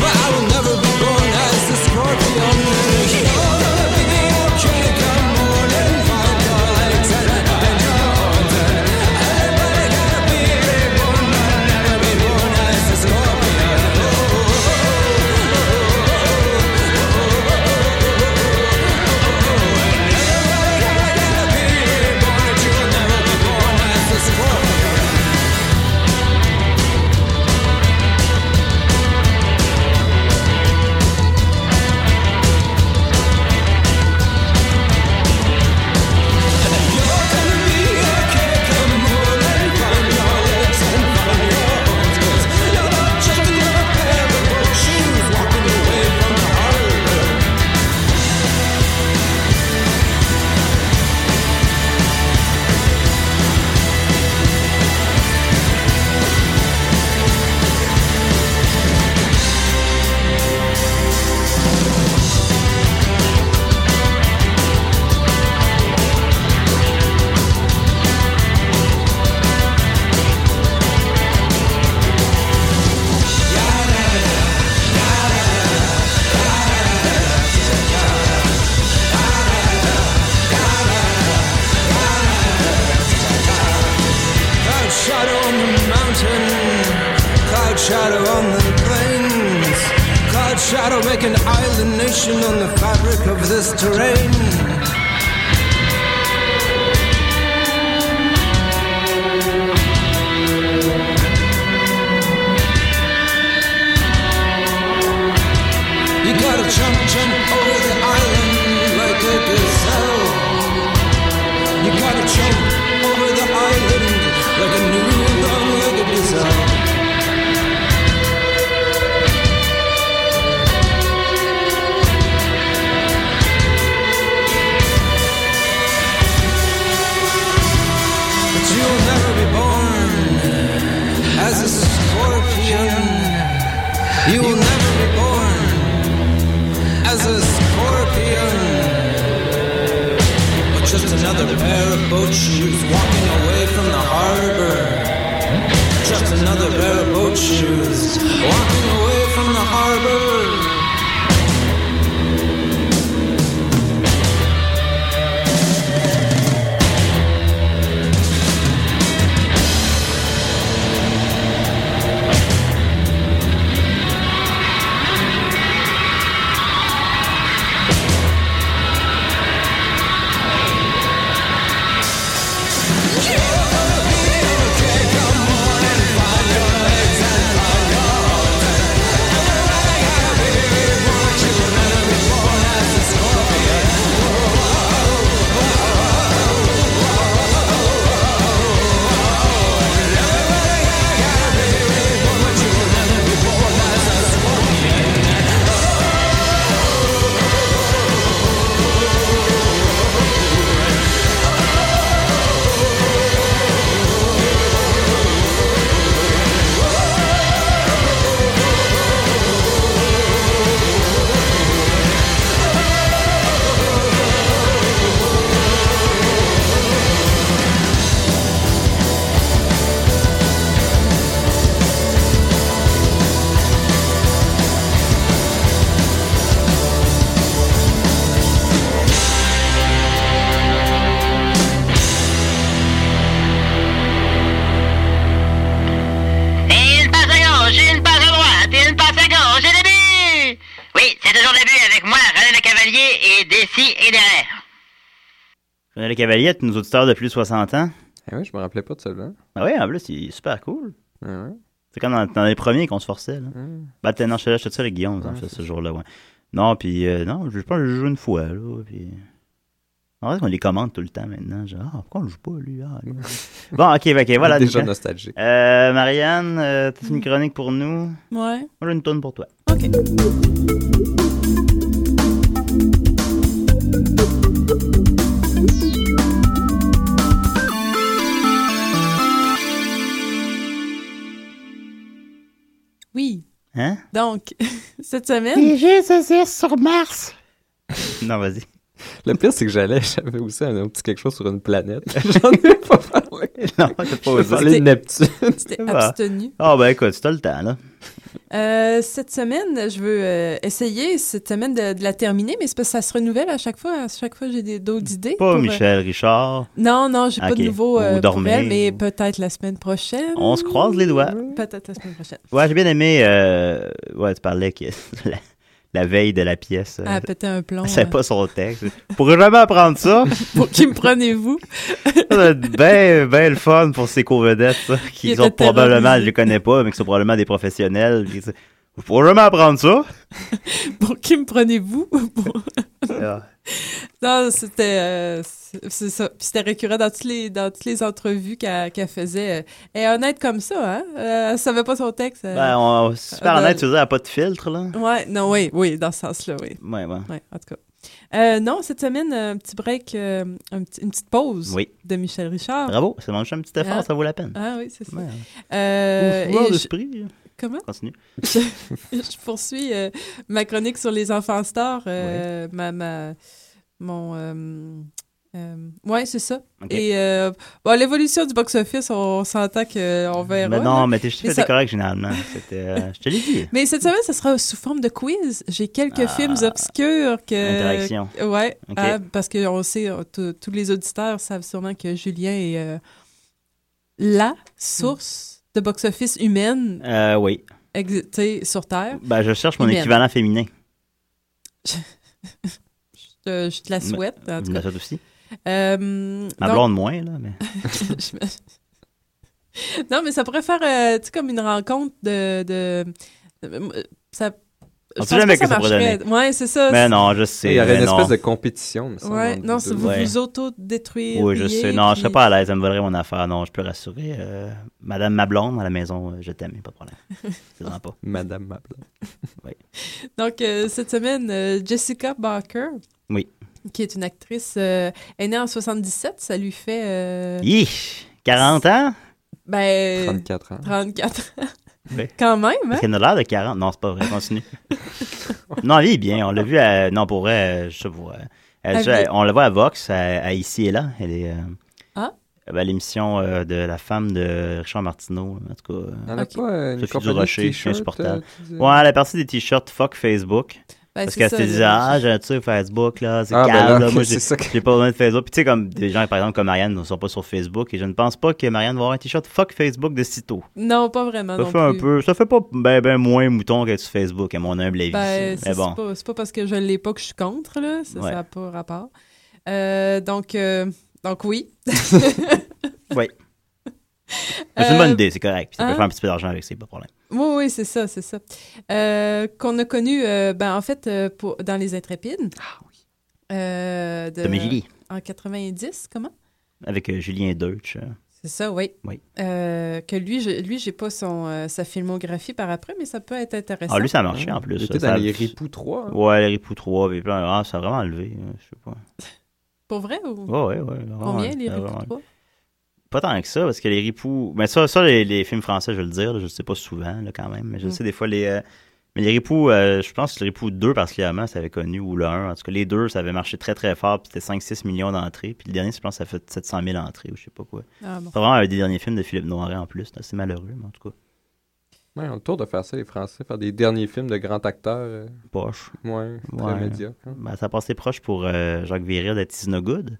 Speaker 7: But I will never be born as the scorpion. You're picking up track on morning fog, Paul Alexander and Jordan. Everybody gotta be reborn, but never be born as the scorpion. Cloud shadow on the mountain, cloud shadow on the plains, cloud shadow make an island nation on the fabric of this terrain. You gotta jump, jump over the island like a gazelle. You gotta jump over the island like a new long-legged gazelle. But you'll never be born as a scorpion. You will never be born as a scorpion or just another pair of boat shoes walking away from the harbor. Just another pair of boat shoes walking away from the harbor.
Speaker 8: Et une passe à gauche, et une passe à droite, et une passe à gauche, et début! Oui, c'est toujours début avec moi, René le Cavalier, et Dessy et derrière.
Speaker 3: René Le Cavalier, est nos auditeurs de plus de 60 ans.
Speaker 6: Ah oui, je me rappelais pas de celle-là.
Speaker 3: Ah oui, en plus, il est super cool.
Speaker 6: Ah ouais.
Speaker 3: C'est comme dans, dans les premiers qu'on se forçait. Là.
Speaker 6: Hmm.
Speaker 3: Bah, peut-être, non, je suis tout seul avec Guillaume, en
Speaker 6: Ouais,
Speaker 3: fait,
Speaker 6: c'est
Speaker 3: ce jour-là, ouais. Non, puis, euh, non, je pense que je joue une fois, là, puis... En vrai, on les commande tout le temps maintenant. Genre, ah, pourquoi on le joue pas, lui? Ah, lui. bon, ok, ok, voilà.
Speaker 6: Déjà Mmh.
Speaker 3: nickel.
Speaker 6: nostalgique.
Speaker 3: Euh, Marianne, euh, t'as une chronique pour nous?
Speaker 5: Euh, Ouais.
Speaker 3: Moi, j'ai une tonne pour toi.
Speaker 5: OK. Oui.
Speaker 3: Hein?
Speaker 5: Donc, cette semaine,
Speaker 3: Non, vas-y.
Speaker 6: Le pire, c'est que j'allais, j'avais aussi un, un petit quelque chose sur une planète. J'en ai pas parlé.
Speaker 3: Non, t'as pas
Speaker 6: J'ai
Speaker 3: osé.
Speaker 6: parlé de Neptune.
Speaker 5: c'était
Speaker 3: ça va.
Speaker 5: abstenu.
Speaker 3: Ah, ben écoute, t'as le temps, là.
Speaker 5: Euh, cette semaine, je veux euh, essayer cette semaine de, de la terminer, mais c'est parce que ça se renouvelle à chaque fois. À chaque fois, j'ai des- d'autres idées.
Speaker 3: Pas
Speaker 5: pour, euh,
Speaker 3: Michel Richard.
Speaker 5: Non, non, j'ai pas
Speaker 3: Ok.
Speaker 5: de nouveau
Speaker 3: Ou
Speaker 5: euh, pour
Speaker 3: dormez,
Speaker 5: elle, mais
Speaker 3: ou-
Speaker 5: peut-être la semaine prochaine.
Speaker 3: On se croise les doigts.
Speaker 5: Peut-être la semaine prochaine.
Speaker 3: Ouais, j'ai bien aimé. euh, Ouais, tu parlais que la, la veille de la pièce. euh,
Speaker 5: Ah, péter un plomb.
Speaker 3: elle savait
Speaker 5: euh,
Speaker 3: pas son texte. Pourrais jamais apprendre ça.
Speaker 5: pour qui me prenez-vous?
Speaker 3: Ça doit être ben, ben le fun pour ces co-vedettes, ça, qui
Speaker 5: Ils
Speaker 3: sont
Speaker 5: étaient
Speaker 3: probablement,
Speaker 5: terrorisés.
Speaker 3: je les connais pas, mais qui sont probablement des professionnels. Puis, Vous pourrez jamais apprendre ça.
Speaker 5: Pour qui me prenez-vous? Pour- Euh,
Speaker 3: Ah.
Speaker 5: Non, c'était euh, c'est- c'est ça. Puis c'était récurrent dans toutes les dans toutes les entrevues qu'elle qu'elle faisait. Euh, Elle est honnête comme ça, hein? Euh, elle savait pas son texte. euh.
Speaker 3: Ben, on, super
Speaker 5: Ah, ben-
Speaker 3: honnête, tu veux dire, elle a pas de filtre, là.
Speaker 5: Ouais, non, oui, oui, dans ce sens-là, oui.
Speaker 3: Ouais, ouais.
Speaker 5: Ouais, en tout cas. Euh, non, cette semaine, un petit break, euh, un petit- une petite pause
Speaker 3: Oui.
Speaker 5: de Michel Richard.
Speaker 3: Bravo, c'est mon un petit effort,
Speaker 5: Ah.
Speaker 3: ça vaut la peine.
Speaker 5: Ah oui, c'est ça.
Speaker 3: Ouais.
Speaker 5: Euh,
Speaker 3: Ouf, ouf,
Speaker 5: et je-
Speaker 3: d'esprit. hein.
Speaker 5: comment?
Speaker 3: Continue.
Speaker 5: je poursuis euh, ma chronique sur les enfants stars. euh, ma, ma- mon, euh, euh, ouais, c'est ça.
Speaker 3: Ok.
Speaker 5: Et euh, bon, l'évolution du box-office, on s'entend qu'on verra.
Speaker 3: Mais
Speaker 5: là.
Speaker 3: Ben, non, mais t'es juste
Speaker 5: Mais
Speaker 3: fait
Speaker 5: ça-
Speaker 3: correct, généralement. C'était, euh, je te l'ai dit.
Speaker 5: Mais cette semaine, ça sera sous forme de quiz. J'ai quelques
Speaker 3: Ah.
Speaker 5: films obscurs que.
Speaker 3: Interaction.
Speaker 5: Ouais,
Speaker 3: Ok.
Speaker 5: ah, parce que on sait, euh, tous tous les auditeurs savent sûrement que Julien est euh, la source
Speaker 3: Hmm.
Speaker 5: de box-office humaine
Speaker 3: Euh, oui.
Speaker 5: exi- tu sais, sur Terre.
Speaker 3: Ben, je cherche mon
Speaker 5: Humaine.
Speaker 3: équivalent féminin.
Speaker 5: Euh, je te la
Speaker 3: Mais-
Speaker 5: souhaite, en tout
Speaker 3: Mais
Speaker 5: cas.
Speaker 3: ça aussi.
Speaker 5: Euh,
Speaker 3: Ma
Speaker 5: donc-
Speaker 3: blonde moins, là. Mais...
Speaker 5: J'imagine. non, mais ça pourrait faire, euh, tu sais, comme une rencontre de... de, de- euh,
Speaker 3: On
Speaker 5: ça, je
Speaker 3: sait
Speaker 5: pense
Speaker 3: jamais
Speaker 5: pas
Speaker 3: que ça pourrait
Speaker 5: marcherait. Ouais, c'est ça.
Speaker 3: mais
Speaker 5: c'est-
Speaker 3: non, je sais.
Speaker 6: Il y aurait
Speaker 3: mais
Speaker 6: une
Speaker 3: non.
Speaker 6: espèce de compétition, me semble,
Speaker 5: Ouais,
Speaker 6: entre
Speaker 5: non,
Speaker 6: les
Speaker 5: c'est
Speaker 6: deux.
Speaker 5: vous
Speaker 3: Ouais.
Speaker 5: vous auto-détruire.
Speaker 3: Oui, je sais. Non, je serais pas à l'aise. Elle me volerait mon affaire. Non, je peux rassurer. euh, Madame ma blonde à la maison, euh, je t'aime, pas de problème. C'est vraiment pas.
Speaker 6: Madame Mablon.
Speaker 5: Donc, euh, cette semaine, euh, Jessica Barker,
Speaker 3: Oui.
Speaker 5: qui est une actrice, euh, est née en 77. Ça lui fait, euh,
Speaker 3: Yih! 40 ans?
Speaker 5: ben,
Speaker 6: 34 ans.
Speaker 5: 34 ans.
Speaker 3: Ouais.
Speaker 5: Quand même, hein?
Speaker 3: Parce qu'elle a l'air de 40. Non, c'est pas vrai. Continue. non, elle vieillit bien. On l'a vu à... Non, pour vrai, euh, je sais pas. euh, elle-
Speaker 5: Elle
Speaker 3: je-
Speaker 5: vieillit.
Speaker 3: on la voit à Vox, à, à Ici et là. Elle est... euh,
Speaker 5: Ah.
Speaker 3: euh, ben, l'émission euh, de la femme de Richard Martineau. En tout cas... euh,
Speaker 6: Il y en a
Speaker 5: Ok.
Speaker 6: pas euh, une
Speaker 3: Sophie
Speaker 6: compagnie de
Speaker 3: Durocher,
Speaker 6: t-shirts,
Speaker 3: insupportable.
Speaker 6: euh, tu disais?
Speaker 3: Ouais, elle a partie des t-shirts fuck Facebook.
Speaker 5: Ben,
Speaker 3: Parce
Speaker 5: Mm. c'est
Speaker 3: qu'elle se
Speaker 5: ça,
Speaker 3: disait,
Speaker 5: là.
Speaker 3: ah, j'ai tu Facebook, là, c'est
Speaker 6: Ah, ben
Speaker 3: calme,
Speaker 6: là,
Speaker 3: là, moi,
Speaker 6: c'est
Speaker 3: j'ai
Speaker 6: ça que-
Speaker 3: j'ai pas besoin de Facebook. Puis, tu sais, comme des gens, par exemple, comme Marianne, ne sont pas sur Facebook, et je ne pense pas que Marianne va avoir un t-shirt fuck Facebook de sitôt.
Speaker 5: Non, pas vraiment.
Speaker 3: Ça
Speaker 5: Ah non
Speaker 3: fait un
Speaker 5: plus.
Speaker 3: peu, ça fait pas ben, ben moins mouton que sur Facebook, à mon humble avis.
Speaker 5: Ben, c'est
Speaker 3: Bah, Mais bon.
Speaker 5: c'est pas, c'est pas parce que je l'ai pas que je suis contre, là. Ça
Speaker 3: Ouais.
Speaker 5: n'a pas rapport. Euh, donc, euh, donc, oui.
Speaker 3: Oui. Mais C'est une
Speaker 5: Euh,
Speaker 3: bonne idée, c'est correct. Puis ça peut
Speaker 5: hein?
Speaker 3: faire un petit peu d'argent avec, c'est pas de problème.
Speaker 5: Oui, oui, c'est ça, c'est ça. Euh, Qu'on a connu, euh, ben, en fait, euh, pour, dans Les Intrépides. Ah oui. de,
Speaker 3: Tom et Julie,
Speaker 5: En 90, comment?
Speaker 3: avec euh, Julien Deutsch. euh.
Speaker 5: C'est ça, oui.
Speaker 3: Oui.
Speaker 5: Euh, que lui, je, lui, j'ai pas son, euh, sa filmographie par après, mais ça peut être intéressant.
Speaker 3: Ah, lui, ça a marché, en plus.
Speaker 6: Il était
Speaker 3: Ça-
Speaker 6: dans
Speaker 3: ça-
Speaker 6: les Ripoux 3. hein.
Speaker 3: Ouais, les Ripoux 3, puis plein- ah, ça a vraiment levé, euh, je sais pas.
Speaker 5: Pour vrai ou
Speaker 3: Ouais, ouais, ouais. vraiment,
Speaker 5: combien, les
Speaker 3: ça a vraiment-
Speaker 5: Ripoux 3?
Speaker 3: Pas tant que ça, parce que les ripoux. Mais ça, ça les, les films français, je vais le dire, là, je le sais pas souvent, là, quand même. Mais je le sais des fois, les. euh, Mais les ripoux, euh, je pense que les ripoux 2 particulièrement, ça avait connu, ou le 1. En tout cas, les deux, ça avait marché très, très fort, puis c'était 5-6 millions d'entrées. Puis le dernier, je pense, que ça fait 700 000 entrées, ou je sais pas quoi.
Speaker 5: Ah, bon.
Speaker 3: C'est vraiment un des derniers films de Philippe Noiret en plus. là. C'est malheureux, mais en tout cas,
Speaker 6: Ouais, on a le tour de faire ça, les Français, faire des derniers films de grands acteurs. euh,
Speaker 3: poche.
Speaker 6: ouais,
Speaker 3: Ouais.
Speaker 6: très médiocres. hein.
Speaker 3: Ben, ça passait proche pour euh, Jacques Viril d'être Is No Good.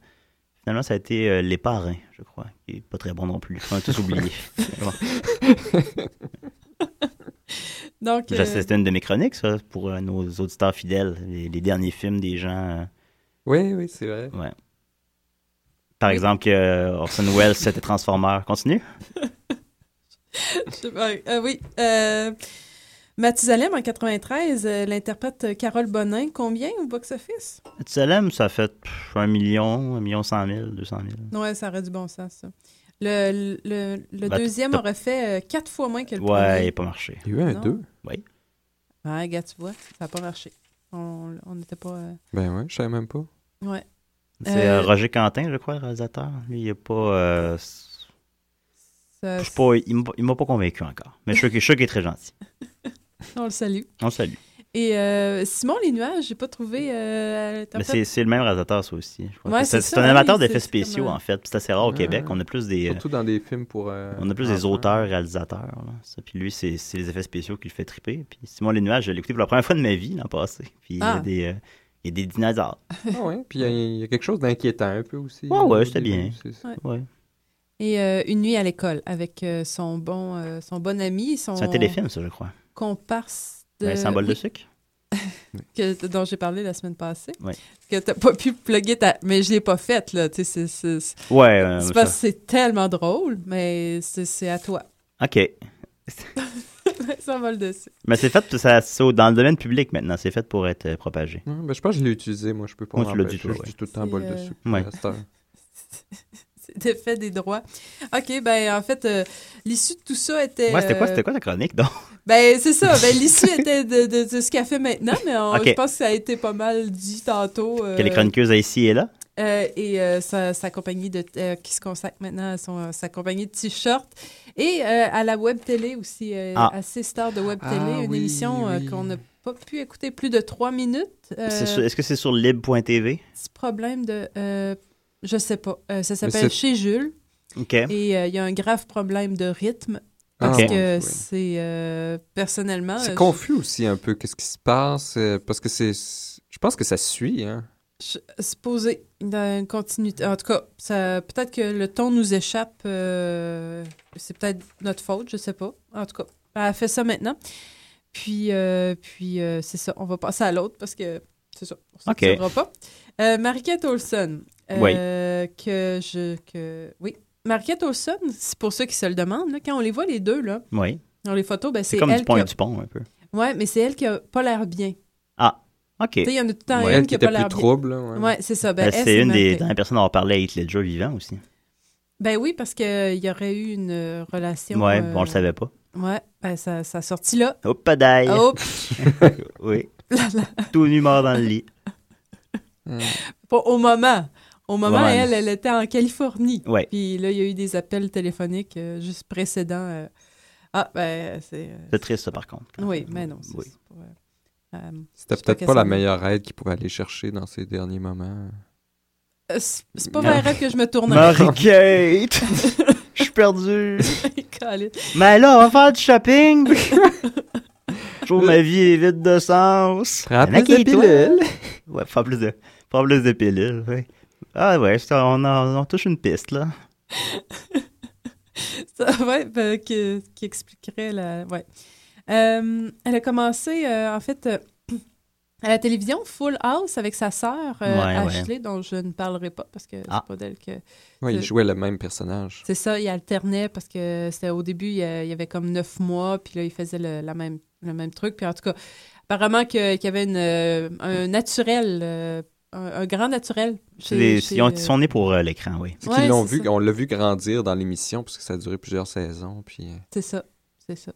Speaker 3: Finalement, ça a été euh, Les Parrains, je crois, qui est pas très bon non plus. On a tous oublié. Bon.
Speaker 5: Donc,
Speaker 3: Ça,
Speaker 5: euh,
Speaker 3: C'était une de mes chroniques, ça, pour euh, nos auditeurs fidèles. Les, les derniers films des gens.
Speaker 6: Oui, oui, c'est vrai.
Speaker 3: euh, ouais. Par exemple, que euh, Orson Welles, c'était Transformer. Continue.
Speaker 5: Je sais pas, euh, oui. Euh, Mathusalem, en 93, euh, l'interprète Carole Bonin, combien au box-office?
Speaker 3: Salem, ça a fait pff, un million, un million cent mille, deux cent mille.
Speaker 5: Ouais, ça aurait du bon sens, ça. Le, le, le
Speaker 3: Ben,
Speaker 5: deuxième
Speaker 3: t'as-
Speaker 5: aurait fait euh, quatre fois moins que le
Speaker 3: Ouais, il
Speaker 5: premier.
Speaker 3: n'a pas marché.
Speaker 6: Il y a eu un
Speaker 5: Non.
Speaker 6: 2.
Speaker 5: Ouais, regarde, tu vois, ça n'a pas marché. On on n'était pas... euh,
Speaker 6: Ben ouais, je savais même pas.
Speaker 5: Ouais.
Speaker 3: C'est
Speaker 5: Euh,
Speaker 3: euh, Roger Quentin, je crois, le réalisateur. Lui, il a pas. euh,
Speaker 5: Ça-
Speaker 3: je suis pas il m'a- il m'a pas convaincu encore. Mais je suis sûr qu'il- je suis sûr qu'il est très gentil.
Speaker 5: On le salue.
Speaker 3: On le salue.
Speaker 5: Et euh, Simon Les Nuages, j'ai pas trouvé. Euh,
Speaker 3: Mais c'est, c'est le même réalisateur, ça aussi. je crois.
Speaker 5: Ouais,
Speaker 3: c'est,
Speaker 5: c'est
Speaker 3: c'est
Speaker 5: ça,
Speaker 3: un amateur
Speaker 5: oui, c'est-
Speaker 3: d'effets
Speaker 5: c'est
Speaker 3: spéciaux,
Speaker 5: comme un-
Speaker 3: en fait. Puis C'est assez rare au
Speaker 6: Ah.
Speaker 3: Québec. On a plus des, euh,
Speaker 6: Surtout dans des films pour. euh,
Speaker 3: on a plus des
Speaker 6: enfants.
Speaker 3: auteurs, réalisateurs. là. Ça, puis lui, c'est, c'est les effets spéciaux qui le fait triper. Puis Simon Les Nuages, je l'ai écouté pour la première fois de ma vie l'an passé. Puis
Speaker 5: Ah.
Speaker 3: il, y a des, euh, il y a des dinosaures.
Speaker 6: Ah ouais, puis il y a- il y, a quelque chose d'inquiétant un peu aussi.
Speaker 3: Ouais, ouais, c'était
Speaker 6: Au début,
Speaker 3: bien.
Speaker 6: c'est ça.
Speaker 3: Ouais.
Speaker 5: Et euh, Une nuit à l'école avec euh, son, bon, euh, son bon ami, son
Speaker 3: C'est un téléfilm, ça, je crois.
Speaker 5: comparse de.
Speaker 3: Ouais, c'est un bol de
Speaker 5: Oui,
Speaker 3: sucre.
Speaker 5: que- dont j'ai parlé la semaine passée.
Speaker 3: Ouais.
Speaker 5: Que t'as pas pu plugger ta. Mais je l'ai pas faite, là. Tu sais, c'est- c'est- c'est-
Speaker 3: Ouais. euh,
Speaker 5: c'est
Speaker 3: ça.
Speaker 5: parce que c'est tellement drôle, mais c'est c'est à toi.
Speaker 3: OK.
Speaker 5: ça va le dessus.
Speaker 3: Mais c'est fait, ça, c'est au- dans le domaine public maintenant. C'est fait pour être euh, propagé.
Speaker 6: Ouais, ben, je pense que je l'ai utilisé, moi, je peux pas.
Speaker 3: Moi,
Speaker 6: m'en
Speaker 3: tu l'as
Speaker 6: empêcher,
Speaker 3: dit, toi,
Speaker 6: Je dis tout le temps
Speaker 5: C'est,
Speaker 6: bol de Ah,
Speaker 5: euh,
Speaker 6: soupe.
Speaker 3: Ouais.
Speaker 6: à cette heure.
Speaker 5: C'était fait des droits. OK, ben en fait, euh, l'issue de tout ça était.
Speaker 3: Ouais, c'était quoi,
Speaker 5: euh,
Speaker 3: c'était quoi ta chronique, donc?
Speaker 5: Ben, c'est ça. Ben, l'issue était de, de- de ce qu'elle fait maintenant, mais on-
Speaker 3: Ok.
Speaker 5: je pense que ça a été pas mal dit tantôt. euh,
Speaker 3: Que les chroniqueuses ici et là?
Speaker 5: euh, et euh, sa, sa compagnie de, euh, qui se consacre maintenant à son, sa compagnie de t-shirts et euh, à la web télé aussi, euh,
Speaker 3: Ah.
Speaker 5: à Six Stars de web
Speaker 6: Ah,
Speaker 5: télé, une
Speaker 6: oui,
Speaker 5: émission euh,
Speaker 6: oui.
Speaker 5: qu'on n'a pas pu écouter plus de trois minutes. Euh,
Speaker 3: C'est sur- Est-ce que c'est sur lib.tv?
Speaker 5: Petit problème de. euh, je sais pas. Euh, ça
Speaker 6: c'est-
Speaker 5: s'appelle Chez Jules
Speaker 3: OK.
Speaker 5: et euh, il y a un grave problème de rythme
Speaker 6: Ah,
Speaker 5: parce
Speaker 3: Ok.
Speaker 5: que
Speaker 6: ouais.
Speaker 5: c'est euh, personnellement.
Speaker 6: C'est
Speaker 5: euh,
Speaker 6: confus aussi un peu, qu'est-ce qui se passe, euh, parce que c'est... Je pense que ça suit, hein.
Speaker 5: Je- Supposé, dans une continuité. En tout cas, ça, peut-être que le ton nous échappe. euh, c'est peut-être notre faute, je sais pas. En tout cas, ben, elle a fait ça maintenant. Puis, euh, puis euh, c'est ça. On va passer à l'autre parce que c'est ça. On
Speaker 3: Ok.
Speaker 5: ne pas. Euh, Mariquette Olson. euh, Que je. Que, oui. Mariquette Olson, c'est pour ceux qui se le demandent, là, quand on les voit les deux, là,
Speaker 3: Oui.
Speaker 5: dans les photos, ben,
Speaker 3: C'est
Speaker 5: c'est
Speaker 3: comme
Speaker 5: elle.
Speaker 3: du pont
Speaker 5: qui
Speaker 3: et
Speaker 5: a-
Speaker 3: du pont, un peu.
Speaker 5: Ouais, mais c'est elle qui a pas l'air bien.
Speaker 3: OK.
Speaker 5: Tu sais, il y en a tout le temps
Speaker 6: Ouais,
Speaker 5: une
Speaker 6: elle
Speaker 5: qui
Speaker 6: qui
Speaker 5: a
Speaker 6: était
Speaker 5: pas
Speaker 6: plus
Speaker 5: l'air bien.
Speaker 6: trouble, là, ouais.
Speaker 5: Ouais, c'est ça. Ben,
Speaker 3: Ben,
Speaker 5: elle,
Speaker 3: c'est une des
Speaker 5: Mariquette.
Speaker 3: dernières personnes à avoir parlé à Heath Ledger vivant aussi.
Speaker 5: Ben oui, parce qu'il y aurait eu une euh, relation.
Speaker 3: ouais,
Speaker 5: euh,
Speaker 3: bon, on le savait pas.
Speaker 5: Ouais, ben ça, ça a sorti là.
Speaker 3: Hop, padaille!
Speaker 5: Ah, hop.
Speaker 3: Oui. Tout nu mort dans le lit.
Speaker 5: Bon, au moment. Au moment,
Speaker 3: Ouais.
Speaker 5: elle, elle était en Californie.
Speaker 3: Ouais.
Speaker 5: Puis là, il y a eu des appels téléphoniques euh, juste précédents. euh, Ah, ben c'est. euh,
Speaker 3: C'est triste, ça, par contre.
Speaker 5: Oui, mais non. c'est-
Speaker 3: Oui.
Speaker 5: c'est pour, euh, euh,
Speaker 6: C'était
Speaker 5: pas
Speaker 6: peut-être pas la
Speaker 5: question.
Speaker 6: meilleure aide qu'ils pouvaient aller chercher dans ces derniers moments.
Speaker 5: euh, c'est c'est pas vers elle que je me tournerais.
Speaker 3: Marie-Kate! Je suis perdu!
Speaker 5: Colin.
Speaker 3: Mais là, on va faire du shopping! Je trouve ma vie est vide de sens.
Speaker 6: Prends
Speaker 3: Il y en a
Speaker 6: plus de
Speaker 3: qui, toi?
Speaker 6: pilules.
Speaker 3: Ouais, prends plus de, prends plus de pilules, oui. Ah ouais, ça, on, en- on touche une piste, là.
Speaker 5: Ça, ouais, ben, que- qui expliquerait la. Ouais. Euh, elle a commencé, euh, en fait, euh, à la télévision, Full House avec sa sœur euh,
Speaker 3: Ouais, ouais.
Speaker 5: Ashley, dont je ne parlerai pas parce que
Speaker 3: Ah.
Speaker 5: c'est pas d'elle que.
Speaker 6: Ouais,
Speaker 5: Euh,
Speaker 6: il jouait le même personnage.
Speaker 5: C'est ça, il alternait parce que c'était au début, il y a- il y avait comme neuf mois, puis là, il faisait le, la même, le même truc. Puis en tout cas, apparemment que- qu'il y avait une, euh, un naturel, euh, un, un grand naturel.
Speaker 3: C'est
Speaker 5: chez-
Speaker 3: des-
Speaker 5: chez,
Speaker 3: ils, ont-
Speaker 5: euh,
Speaker 3: ils sont nés pour euh, l'écran, oui.
Speaker 6: C'est
Speaker 5: Ouais,
Speaker 6: qu'ils l'ont
Speaker 5: c'est
Speaker 6: vu,
Speaker 5: ça.
Speaker 6: on l'a vu grandir dans l'émission, parce que ça a duré plusieurs saisons, puis...
Speaker 5: C'est ça, c'est ça.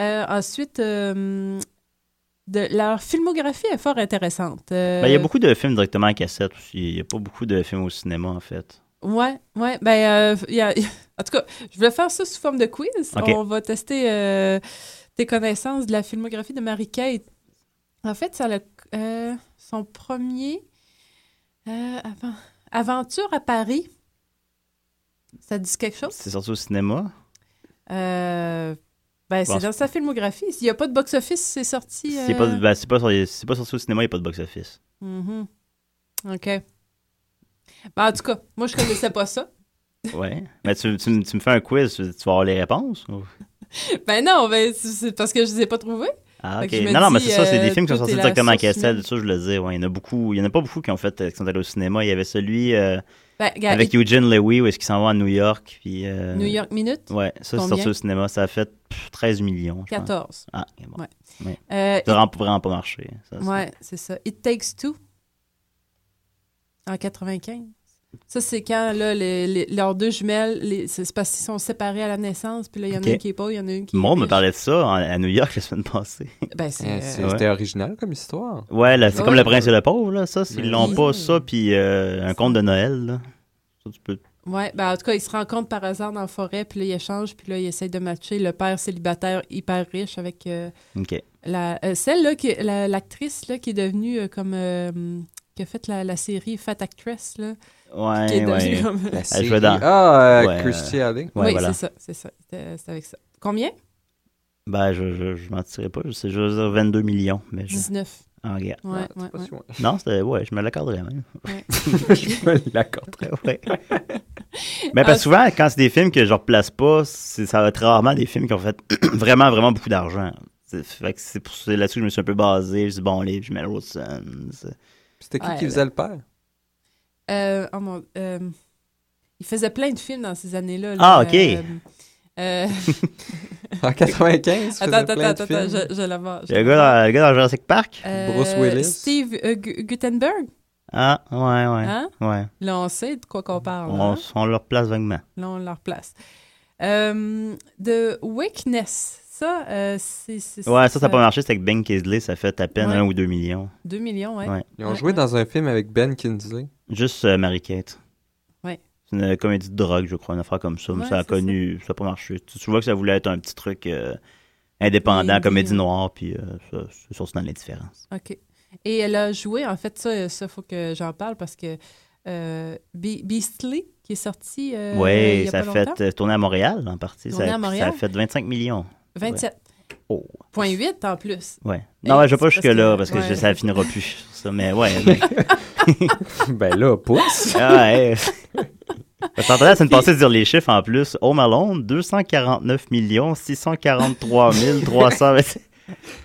Speaker 5: Euh, ensuite, euh, de, leur filmographie est fort intéressante. Euh,
Speaker 3: Ben, il y a beaucoup de films directement à cassette aussi. Il n'y a pas beaucoup de films au cinéma, en fait.
Speaker 5: Ouais, ouais. Ben, euh, il y a- en tout cas, je vais faire ça sous forme de quiz.
Speaker 3: Ok.
Speaker 5: On va tester euh, tes connaissances de la filmographie de Mary-Kate. En fait, ça a le- euh, son premier euh, avant- Aventure à Paris. Ça te dit quelque chose?
Speaker 3: C'est sorti au cinéma.
Speaker 5: Euh, ben, c'est
Speaker 3: Bon,
Speaker 5: dans sa filmographie. S'il n'y a pas de box-office, c'est sorti.
Speaker 3: C'est pas,
Speaker 5: euh,
Speaker 3: ben, c'est pas, sorti- c'est pas sorti au cinéma, il n'y a pas de box-office.
Speaker 5: Mhm. OK. Ben, en tout cas, moi, je connaissais pas ça.
Speaker 3: Ouais. Mais tu, tu me- tu me fais un quiz, tu vas avoir les réponses? ou-
Speaker 5: Ben non, ben, c'est- c'est parce que je les ai pas trouvés.
Speaker 3: Ah,
Speaker 5: Fait
Speaker 3: ok.
Speaker 5: que je me
Speaker 3: Non, non, mais
Speaker 5: dis,
Speaker 3: c'est ça, c'est des
Speaker 5: euh,
Speaker 3: films qui sont
Speaker 5: tout
Speaker 3: sortis
Speaker 5: est la
Speaker 3: directement à
Speaker 5: source
Speaker 3: cassette,
Speaker 5: humaine.
Speaker 3: ça je le dis. Ouais, il y en a beaucoup, il y en a pas beaucoup qui ont fait, euh, qui sont allés au cinéma. Il y avait celui euh,
Speaker 5: Ben, regarde,
Speaker 3: avec Eugene Levy où est-ce qu'ils s'en vont à New York, puis. euh,
Speaker 5: New York Minute,
Speaker 3: Ouais, ça c'est
Speaker 5: Combien?
Speaker 3: sorti au cinéma, ça a fait pff, 13 millions. Je pense.
Speaker 5: 14.
Speaker 3: Ah, ok, bon.
Speaker 5: Ouais. Euh,
Speaker 3: Ça n'a vraiment pas marché. ça,
Speaker 5: it-
Speaker 3: ça.
Speaker 5: ouais, c'est ça. It Takes Two, en 95. Ça, c'est quand, là, les, les- leurs deux jumelles, les- c'est c'est parce qu'ils sont séparés à la naissance, puis là, il y en
Speaker 3: Ok.
Speaker 5: a une qui est pauvre, il y en a une qui est
Speaker 3: Moi, on me
Speaker 5: riche.
Speaker 3: parlait de ça en- à New York la semaine passée.
Speaker 5: Ben, c'est...
Speaker 6: Eh,
Speaker 5: euh,
Speaker 6: c'est-
Speaker 3: ouais.
Speaker 6: C'était original comme histoire.
Speaker 3: Ouais, là, c'est
Speaker 5: Ouais.
Speaker 3: comme le prince et le pauvre, là, ça. S'ils
Speaker 6: Mais-
Speaker 3: l'ont pas, ça, puis euh, un conte de Noël, là. Ça, tu peux
Speaker 5: Ouais, ben en tout cas, ils se rencontrent par hasard dans la forêt, puis là, ils échangent, puis là, ils essayent de matcher le père célibataire hyper riche avec euh,
Speaker 3: OK.
Speaker 5: la euh, celle là qui la- l'actrice là qui est devenue euh, comme euh, qui a fait la, la série Fat Actress là, qui est
Speaker 3: Ouais,
Speaker 5: devenue
Speaker 3: ouais.
Speaker 5: comme
Speaker 6: La
Speaker 3: je vais
Speaker 6: série-
Speaker 3: dans-
Speaker 6: Ah, euh,
Speaker 3: Ouais,
Speaker 6: Kirstie Alley.
Speaker 3: Ouais,
Speaker 5: oui,
Speaker 3: voilà.
Speaker 5: c'est ça, c'est ça. C'était- C'est avec ça. Combien
Speaker 3: Ben, je, je, je m'en tirerai pas. Je sais, je veux dire 22 millions. Mais je...
Speaker 5: 19.
Speaker 3: Ah, regarde.
Speaker 5: Ouais, ouais,
Speaker 6: Ah, c'est pas
Speaker 5: ouais.
Speaker 6: si loin.
Speaker 3: Non, c'était. Ouais, je me l'accorderais même.
Speaker 6: Je me l'accorde.
Speaker 3: ouais. Ben,
Speaker 5: Ah,
Speaker 3: parce que souvent, quand c'est des films que je replace pas, c'est- ça va être rarement des films qui ont fait vraiment, vraiment beaucoup d'argent. C'est fait que c'est pour- c'est là-dessus que je me suis un peu basé. Je dis, bon, les Jimmy Wilson. c'est-
Speaker 6: C'était qui
Speaker 5: Ouais,
Speaker 6: qui
Speaker 5: là.
Speaker 6: faisait le père?
Speaker 5: Euh, oh mon- euh, il faisait plein de films dans ces années-là. là.
Speaker 3: Ah, ok.
Speaker 5: Euh, euh,
Speaker 6: En 95? il
Speaker 5: attends,
Speaker 6: faisait
Speaker 5: attends,
Speaker 6: plein de
Speaker 5: attends, attends,
Speaker 6: films.
Speaker 5: je, je la vois. je
Speaker 3: Le
Speaker 5: la
Speaker 3: gars,
Speaker 5: vois.
Speaker 3: dans, le gars dans Jurassic Park?
Speaker 5: Euh,
Speaker 6: Bruce Willis.
Speaker 5: Steve euh, Gu- Gutenberg,
Speaker 3: Ah, ouais, ouais.
Speaker 5: hein?
Speaker 3: Ouais.
Speaker 5: Là, on sait de quoi qu'on parle.
Speaker 3: On,
Speaker 5: hein?
Speaker 3: on leur place vaguement.
Speaker 5: Là, on leur place. Euh, The Weakness, ça, euh, c'est... c'est-
Speaker 3: Ouais, ça, ça n'a pas
Speaker 5: euh,
Speaker 3: marché. C'était avec Ben Kingsley, ça fait à peine
Speaker 5: Ouais.
Speaker 3: 1 ou 2 millions.
Speaker 5: 2 millions, ouais.
Speaker 3: Ouais.
Speaker 6: Ils ont
Speaker 5: Ouais,
Speaker 6: joué
Speaker 5: ouais.
Speaker 6: dans un film avec Ben Kinsley.
Speaker 3: Juste euh, Mary-Kate.
Speaker 5: Ouais.
Speaker 3: C'est une euh, comédie de drogue, je crois, une affaire comme ça. Mais
Speaker 5: Ouais,
Speaker 3: ça a
Speaker 5: c'est
Speaker 3: connu, ça n'a pas marché. Tu, tu vois que ça voulait être un petit truc euh, indépendant,
Speaker 5: Indie,
Speaker 3: comédie
Speaker 5: ouais.
Speaker 3: noire, puis euh, ça, c'est sûr, c'est dans l'indifférence.
Speaker 5: OK. Et elle a joué, en fait, ça, il faut que j'en parle parce que euh, Be- Beastly, qui est sorti euh,
Speaker 3: ouais,
Speaker 5: il y a
Speaker 3: ça
Speaker 5: pas
Speaker 3: a
Speaker 5: longtemps,
Speaker 3: fait euh, tourner à Montréal, en partie.
Speaker 5: Tourner
Speaker 3: Ça,
Speaker 5: à
Speaker 3: puis
Speaker 5: Montréal?
Speaker 3: ça a fait 25 millions.
Speaker 5: 27.8
Speaker 3: Oh,
Speaker 5: en plus.
Speaker 3: ouais. Non, ouais, je ne vais pas
Speaker 5: Eh, c'est parce
Speaker 3: jusque-là,
Speaker 5: que-
Speaker 3: parce que,
Speaker 5: ouais.
Speaker 3: je- ça finira plus. sur Ça, mais ouais. mais-
Speaker 6: ben là, pousse!
Speaker 3: ah, ouais. Je t'entendais la semaine passée dire les chiffres en plus. Home Alone, 249 643 300.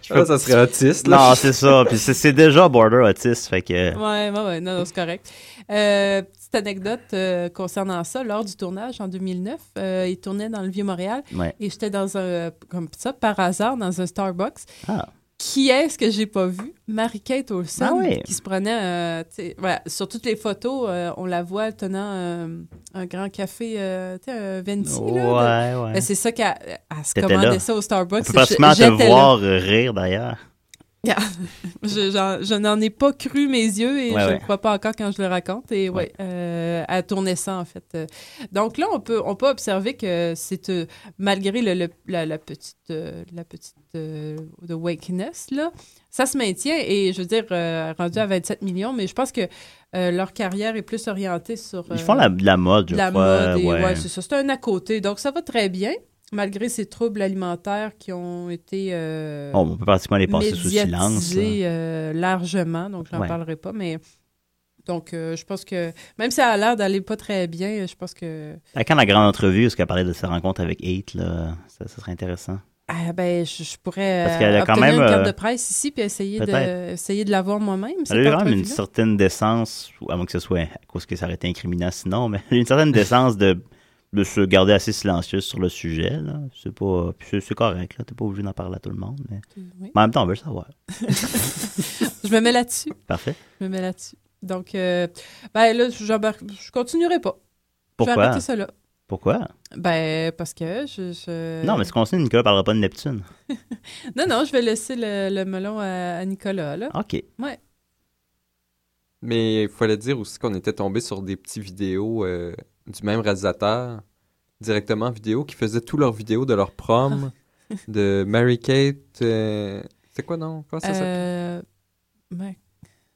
Speaker 6: Ah, ça serait autiste, là.
Speaker 3: Non, c'est ça. Puis c'est- c'est déjà border autiste, fait que.
Speaker 5: Ouais, ouais, ouais, non, non, c'est correct. Euh, petite anecdote euh, concernant ça, lors du tournage en 2009, euh, il tournait dans le Vieux-Montréal
Speaker 3: Ouais.
Speaker 5: et j'étais dans un, comme ça, par hasard, dans un Starbucks.
Speaker 3: Ah.
Speaker 5: Qui est-ce que j'ai pas vu? Marie-Kate Olsen,
Speaker 3: Ah ouais.
Speaker 5: qui se prenait, euh, tu sais, voilà, sur toutes les photos, euh, on la voit tenant euh, un grand café, euh, tu sais, un Venti,
Speaker 3: Ouais,
Speaker 5: là, de-
Speaker 3: ouais.
Speaker 5: Ben, c'est ça qu'elle elle se
Speaker 3: T'étais
Speaker 5: commandait
Speaker 3: là.
Speaker 5: ça au Starbucks.
Speaker 3: On peut
Speaker 5: Je-
Speaker 3: pratiquement te
Speaker 5: j'étais là.
Speaker 3: voir euh, rire d'ailleurs.
Speaker 5: Je, j'en- je n'en ai pas cru mes yeux et
Speaker 3: Ouais,
Speaker 5: je ne
Speaker 3: ouais.
Speaker 5: crois pas encore quand je le raconte. Et ouais, euh, elle tournait ça en fait. Euh, Donc là, on peut, on peut observer que c'est euh, malgré le, le- la, la petite, euh, la petite euh, de wakeness là, ça se maintient et je veux dire euh, rendu à 27 millions, mais je pense que euh, leur carrière est plus orientée sur
Speaker 3: Ils
Speaker 5: euh,
Speaker 3: font la, de la mode, je
Speaker 5: la
Speaker 3: crois.
Speaker 5: mode et-
Speaker 3: ouais.
Speaker 5: ouais, c'est ça. C'est un à côté, donc ça va très bien malgré ces troubles alimentaires qui ont été euh,
Speaker 3: Bon, on peut pratiquement les passer sous
Speaker 5: médiatisé
Speaker 3: silence. là.
Speaker 5: euh, largement, donc je n'en
Speaker 3: Ouais.
Speaker 5: parlerai pas, mais donc euh, je pense que même si ça a l'air d'aller pas très bien, je pense que
Speaker 3: À Quand la grande entrevue, est-ce qu'elle parlait de sa rencontre avec Eight, là, ça, ça serait intéressant.
Speaker 5: ah, ben je, je pourrais
Speaker 3: Parce
Speaker 5: euh,
Speaker 3: qu'elle a quand
Speaker 5: obtenir
Speaker 3: même,
Speaker 5: une
Speaker 3: euh,
Speaker 5: carte de presse ici puis essayer de
Speaker 3: peut-être.
Speaker 5: essayer de l'avoir moi-même.
Speaker 3: Elle a eu
Speaker 5: cette
Speaker 3: quand même une
Speaker 5: entrevue-là.
Speaker 3: certaine décence, ou à moins que ce soit à cause que ça aurait été incriminant sinon, mais une certaine décence de, de se garder assez silencieuse sur le sujet. là. C'est pas. puis c'est- c'est correct, là. T'es pas obligé d'en parler à tout le monde. Mais...
Speaker 5: Oui.
Speaker 3: mais en même temps, on veut le savoir.
Speaker 5: Je me mets là-dessus,
Speaker 3: Parfait.
Speaker 5: je me mets là-dessus. Donc euh, ben là je, j'embarque- je continuerai pas. Je vais
Speaker 3: Pourquoi?
Speaker 5: arrêter ça là.
Speaker 3: Pourquoi?
Speaker 5: Ben parce que je,
Speaker 6: Euh,
Speaker 5: je-
Speaker 3: Non, mais ce qu'on sait, Nicolas parlera pas de Neptune.
Speaker 5: non non, je vais laisser le, le melon à, à Nicolas là.
Speaker 6: Ah.
Speaker 3: OK.
Speaker 6: Mais il fallait dire aussi qu'on était tombé sur des petits vidéos euh, du même réalisateur, directement en vidéo, qui faisaient tous leurs vidéos de leur prom,
Speaker 5: Ah.
Speaker 6: de Mary-Kate... euh, C'est quoi, non? Comment
Speaker 3: Ah,
Speaker 6: ça s'appelle?
Speaker 5: Euh, ben,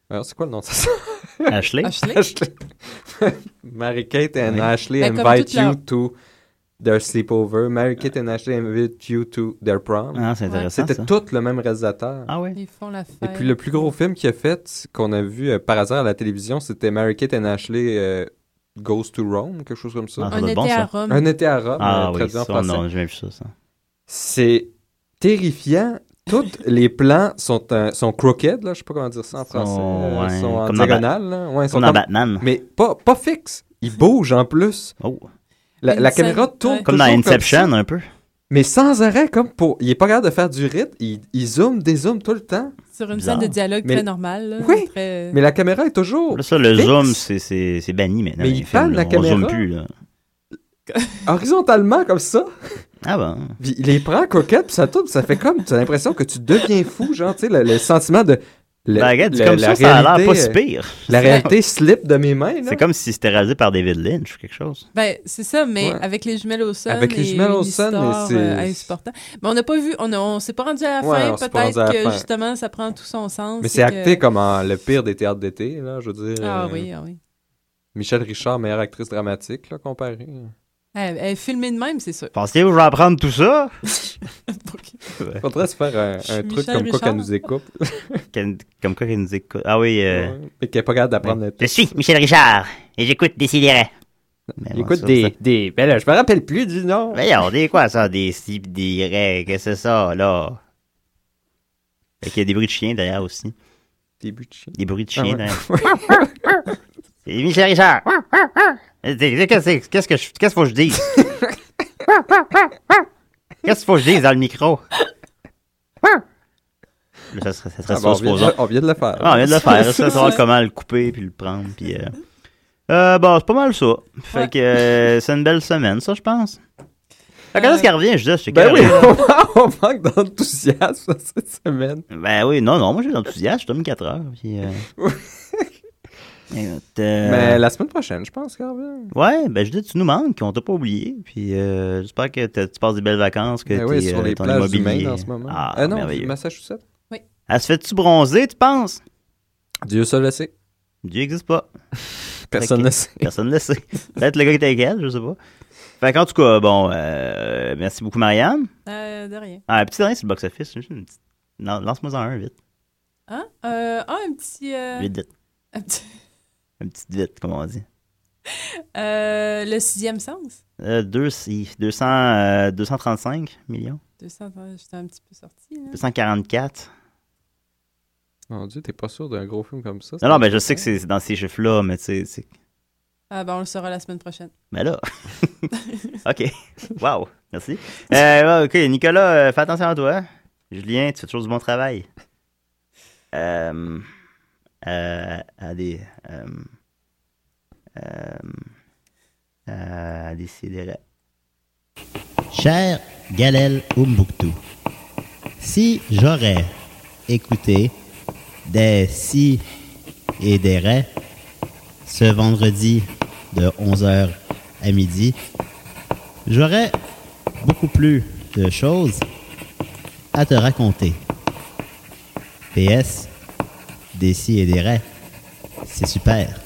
Speaker 6: Alors, c'est quoi le nom de ça? s'appelle?
Speaker 3: Ashley?
Speaker 5: Ashley?
Speaker 6: Ashley. Mary-Kate and
Speaker 3: Ouais.
Speaker 6: Ashley
Speaker 5: Ben, comme
Speaker 6: invite
Speaker 5: toute
Speaker 6: you
Speaker 5: leur-
Speaker 6: to their sleepover. Mary-Kate and Ashley invite you to their prom.
Speaker 3: Ah, c'est intéressant.
Speaker 6: C'était
Speaker 3: ça.
Speaker 6: tout le même réalisateur.
Speaker 3: Ah oui.
Speaker 5: Ils font la fête.
Speaker 6: Et puis le plus gros film qu'il a fait, qu'on a vu euh, par hasard à la télévision, c'était Mary-Kate and Ashley euh, Goes to Rome, quelque chose comme ça.
Speaker 3: Ah,
Speaker 5: Un
Speaker 3: doit
Speaker 5: été
Speaker 3: être bon,
Speaker 5: à
Speaker 6: hein.
Speaker 3: ça.
Speaker 5: Rome.
Speaker 6: Un été à Rome,
Speaker 3: Ah
Speaker 6: euh,
Speaker 3: oui,
Speaker 6: traduit en
Speaker 3: ça,
Speaker 6: français.
Speaker 3: non, j'ai jamais vu ça, ça.
Speaker 6: C'est terrifiant. Tous les plans sont, euh, sont crooked, là, je sais pas comment dire ça en français. euh,
Speaker 3: ouais,
Speaker 6: Ils sont en
Speaker 3: comme dans
Speaker 6: diagonale. là. Ouais, ils sont
Speaker 3: Comme dans
Speaker 6: comme-
Speaker 3: Batman.
Speaker 6: Mais pas, pas fixe. Ils bougent en plus.
Speaker 3: Oh.
Speaker 6: La, la
Speaker 5: Une
Speaker 6: caméra
Speaker 5: scène,
Speaker 6: tourne
Speaker 5: ouais.
Speaker 3: Comme dans
Speaker 6: toujours
Speaker 3: Inception,
Speaker 6: ça,
Speaker 3: un peu.
Speaker 6: mais sans arrêt, comme pour. Il est pas capable de faire du rythme. Il, il zoome, dézoome tout le temps.
Speaker 5: Sur une
Speaker 3: Bizarre.
Speaker 5: scène de dialogue
Speaker 6: Mais-
Speaker 5: très normale. là,
Speaker 6: Oui,
Speaker 5: très-
Speaker 6: Mais la caméra est toujours
Speaker 3: Là, ça, le
Speaker 6: Fixe.
Speaker 3: zoom, c'est- c'est c'est banni maintenant.
Speaker 6: Oh, Mais
Speaker 3: dans
Speaker 6: il
Speaker 3: les films,
Speaker 6: parle,
Speaker 3: là.
Speaker 6: la
Speaker 3: On zoome
Speaker 6: caméra.
Speaker 3: plus, là.
Speaker 6: horizontalement comme ça.
Speaker 3: Ah bon?
Speaker 6: Puis il les prend coquette, puis ça tourne, puis ça fait comme, t'as l'impression que tu deviens fou, genre, tu sais, le, le sentiment de Le-
Speaker 3: Ben, regarde, dit
Speaker 6: le-
Speaker 3: comme
Speaker 6: la
Speaker 3: ça, ça a l'air
Speaker 6: réalité,
Speaker 3: pas si
Speaker 6: euh,
Speaker 3: pire.
Speaker 6: La réalité slip de mes mains, là.
Speaker 3: C'est comme si c'était réalisé par David Lynch ou quelque chose.
Speaker 5: Ben, c'est ça, mais
Speaker 6: Ouais.
Speaker 5: avec les jumelles au sol.
Speaker 6: Avec les jumelles au sol, mais c'est-
Speaker 5: euh, insupportable. Mais on n'a pas vu, on, a- on s'est pas rendu à la
Speaker 6: Ouais, on
Speaker 5: fin.
Speaker 6: s'est pas rendu à la
Speaker 5: Peut-être que
Speaker 6: fin.
Speaker 5: justement, ça prend tout son sens.
Speaker 6: Mais c'est
Speaker 5: que-
Speaker 6: acté comme en- le pire des théâtres d'été, là, je veux dire.
Speaker 5: Ah
Speaker 6: euh,
Speaker 5: oui, ah oui.
Speaker 6: Michel Richard, meilleure actrice dramatique, là, comparée.
Speaker 5: Elle, elle est filmée de même, c'est sûr.
Speaker 3: Pensez-vous que je vais apprendre tout ça?
Speaker 5: Donc,
Speaker 6: Faudrait se faire un, un
Speaker 5: Michel
Speaker 6: truc comme quoi
Speaker 5: Richard.
Speaker 6: qu'elle nous écoute.
Speaker 3: Qu'elle- Comme quoi qu'elle nous écoute. Ah oui, euh,
Speaker 6: Ouais, Et qu'elle n'est pas capable d'apprendre le
Speaker 3: je
Speaker 6: texte.
Speaker 3: suis Michel Richard et j'écoute Décideret. Mais bon,
Speaker 6: J'écoute
Speaker 3: ça,
Speaker 6: des,
Speaker 3: ça-
Speaker 6: des. Ben là, je me rappelle plus du nom.
Speaker 3: Voyons, des quoi ça, des cibles, des raies, qu'est-ce que c'est ça, là? Fait qu'il y a des bruits de chiens derrière aussi.
Speaker 6: Début de chien.
Speaker 3: Des bruits de
Speaker 6: Ah
Speaker 3: chiens
Speaker 6: ouais.
Speaker 3: derrière. C'est Michel Richard! Qu'est-ce que- qu'est-ce que- qu'est-ce que je- qu'est-ce qu'il faut que je dise? Qu'est-ce qu'il faut que je dise dans le micro? Là, ça serait, ça serait
Speaker 6: Ah,
Speaker 3: ça,
Speaker 6: bon, on, vient de,
Speaker 3: supposons.
Speaker 6: le- on vient de le faire.
Speaker 3: Ah, on vient de le faire. Ça,
Speaker 5: C'est ça,
Speaker 3: savoir
Speaker 5: ouais.
Speaker 3: comment le couper puis le prendre. Puis, euh... Euh, bon, c'est pas mal ça. Fait
Speaker 5: Ouais.
Speaker 3: que euh, c'est une belle semaine, ça, je pense. Fait que
Speaker 5: Euh,
Speaker 3: quand est-ce qu'elle revient, je dis, c'est
Speaker 6: ben
Speaker 3: quand,
Speaker 6: oui,
Speaker 3: là?
Speaker 6: on manque d'enthousiasme cette semaine.
Speaker 3: Ben oui, non, non, moi j'ai de l'enthousiasme, je donne 4 heures. Puis, euh... Écoute, euh,
Speaker 6: Mais la semaine prochaine, je pense, quand même.
Speaker 3: Ouais, ben je dis, tu nous manques, on t'a pas oublié. Puis euh, j'espère que t'as- tu passes des belles vacances, que
Speaker 6: Ben
Speaker 3: t'es,
Speaker 6: oui, sur
Speaker 3: euh,
Speaker 6: les
Speaker 3: ton
Speaker 6: plages du
Speaker 3: immobilier.
Speaker 6: Maine en ce moment.
Speaker 3: Ah,
Speaker 6: Euh, non, du
Speaker 3: merveilleux.
Speaker 6: Massachusetts.
Speaker 3: Elle se fait-tu bronzer, tu penses?
Speaker 6: Dieu seul le sait.
Speaker 3: Dieu n'existe pas.
Speaker 6: Personne
Speaker 3: Ok.
Speaker 6: ne sait.
Speaker 3: Personne ne le sait. Peut-être le gars qui était avec elle, je sais pas. Fait qu'en tout cas, bon, euh, merci beaucoup, Marianne.
Speaker 5: euh, de rien.
Speaker 3: Ah, un petit dernier sur le box-office. juste une petite- Lan- Lance-moi en un, vite.
Speaker 5: Hein? Euh, ah, un petit. euh,
Speaker 3: Vite, vite.
Speaker 5: un petit-
Speaker 3: Un petit vite, comme on dit.
Speaker 5: euh, le sixième sens.
Speaker 3: Euh, deux, six- 200, euh, 235 millions.
Speaker 5: 200, attends, hein, j'étais un petit peu sorti.
Speaker 3: 244.
Speaker 6: Mon Dieu, t'es pas sûr d'un gros film comme ça.
Speaker 3: Non, non, ben je sais que c'est c'est dans ces chiffres-là, mais tu sais, c'est...
Speaker 5: Ah, ben, on le saura la semaine prochaine.
Speaker 3: Ben là! OK. Wow! Merci. Euh, ouais, OK, Nicolas, euh, fais attention à toi. Julien, tu fais toujours du bon travail. Euh... Euh... À des... Euh... Euh... euh, À des sidérés.
Speaker 9: Cher Galel Umbuktu, si j'aurais écouté des si et des ré ce vendredi de 11h à midi, j'aurais beaucoup plus de choses à te raconter. PS, des si et des ré, c'est super.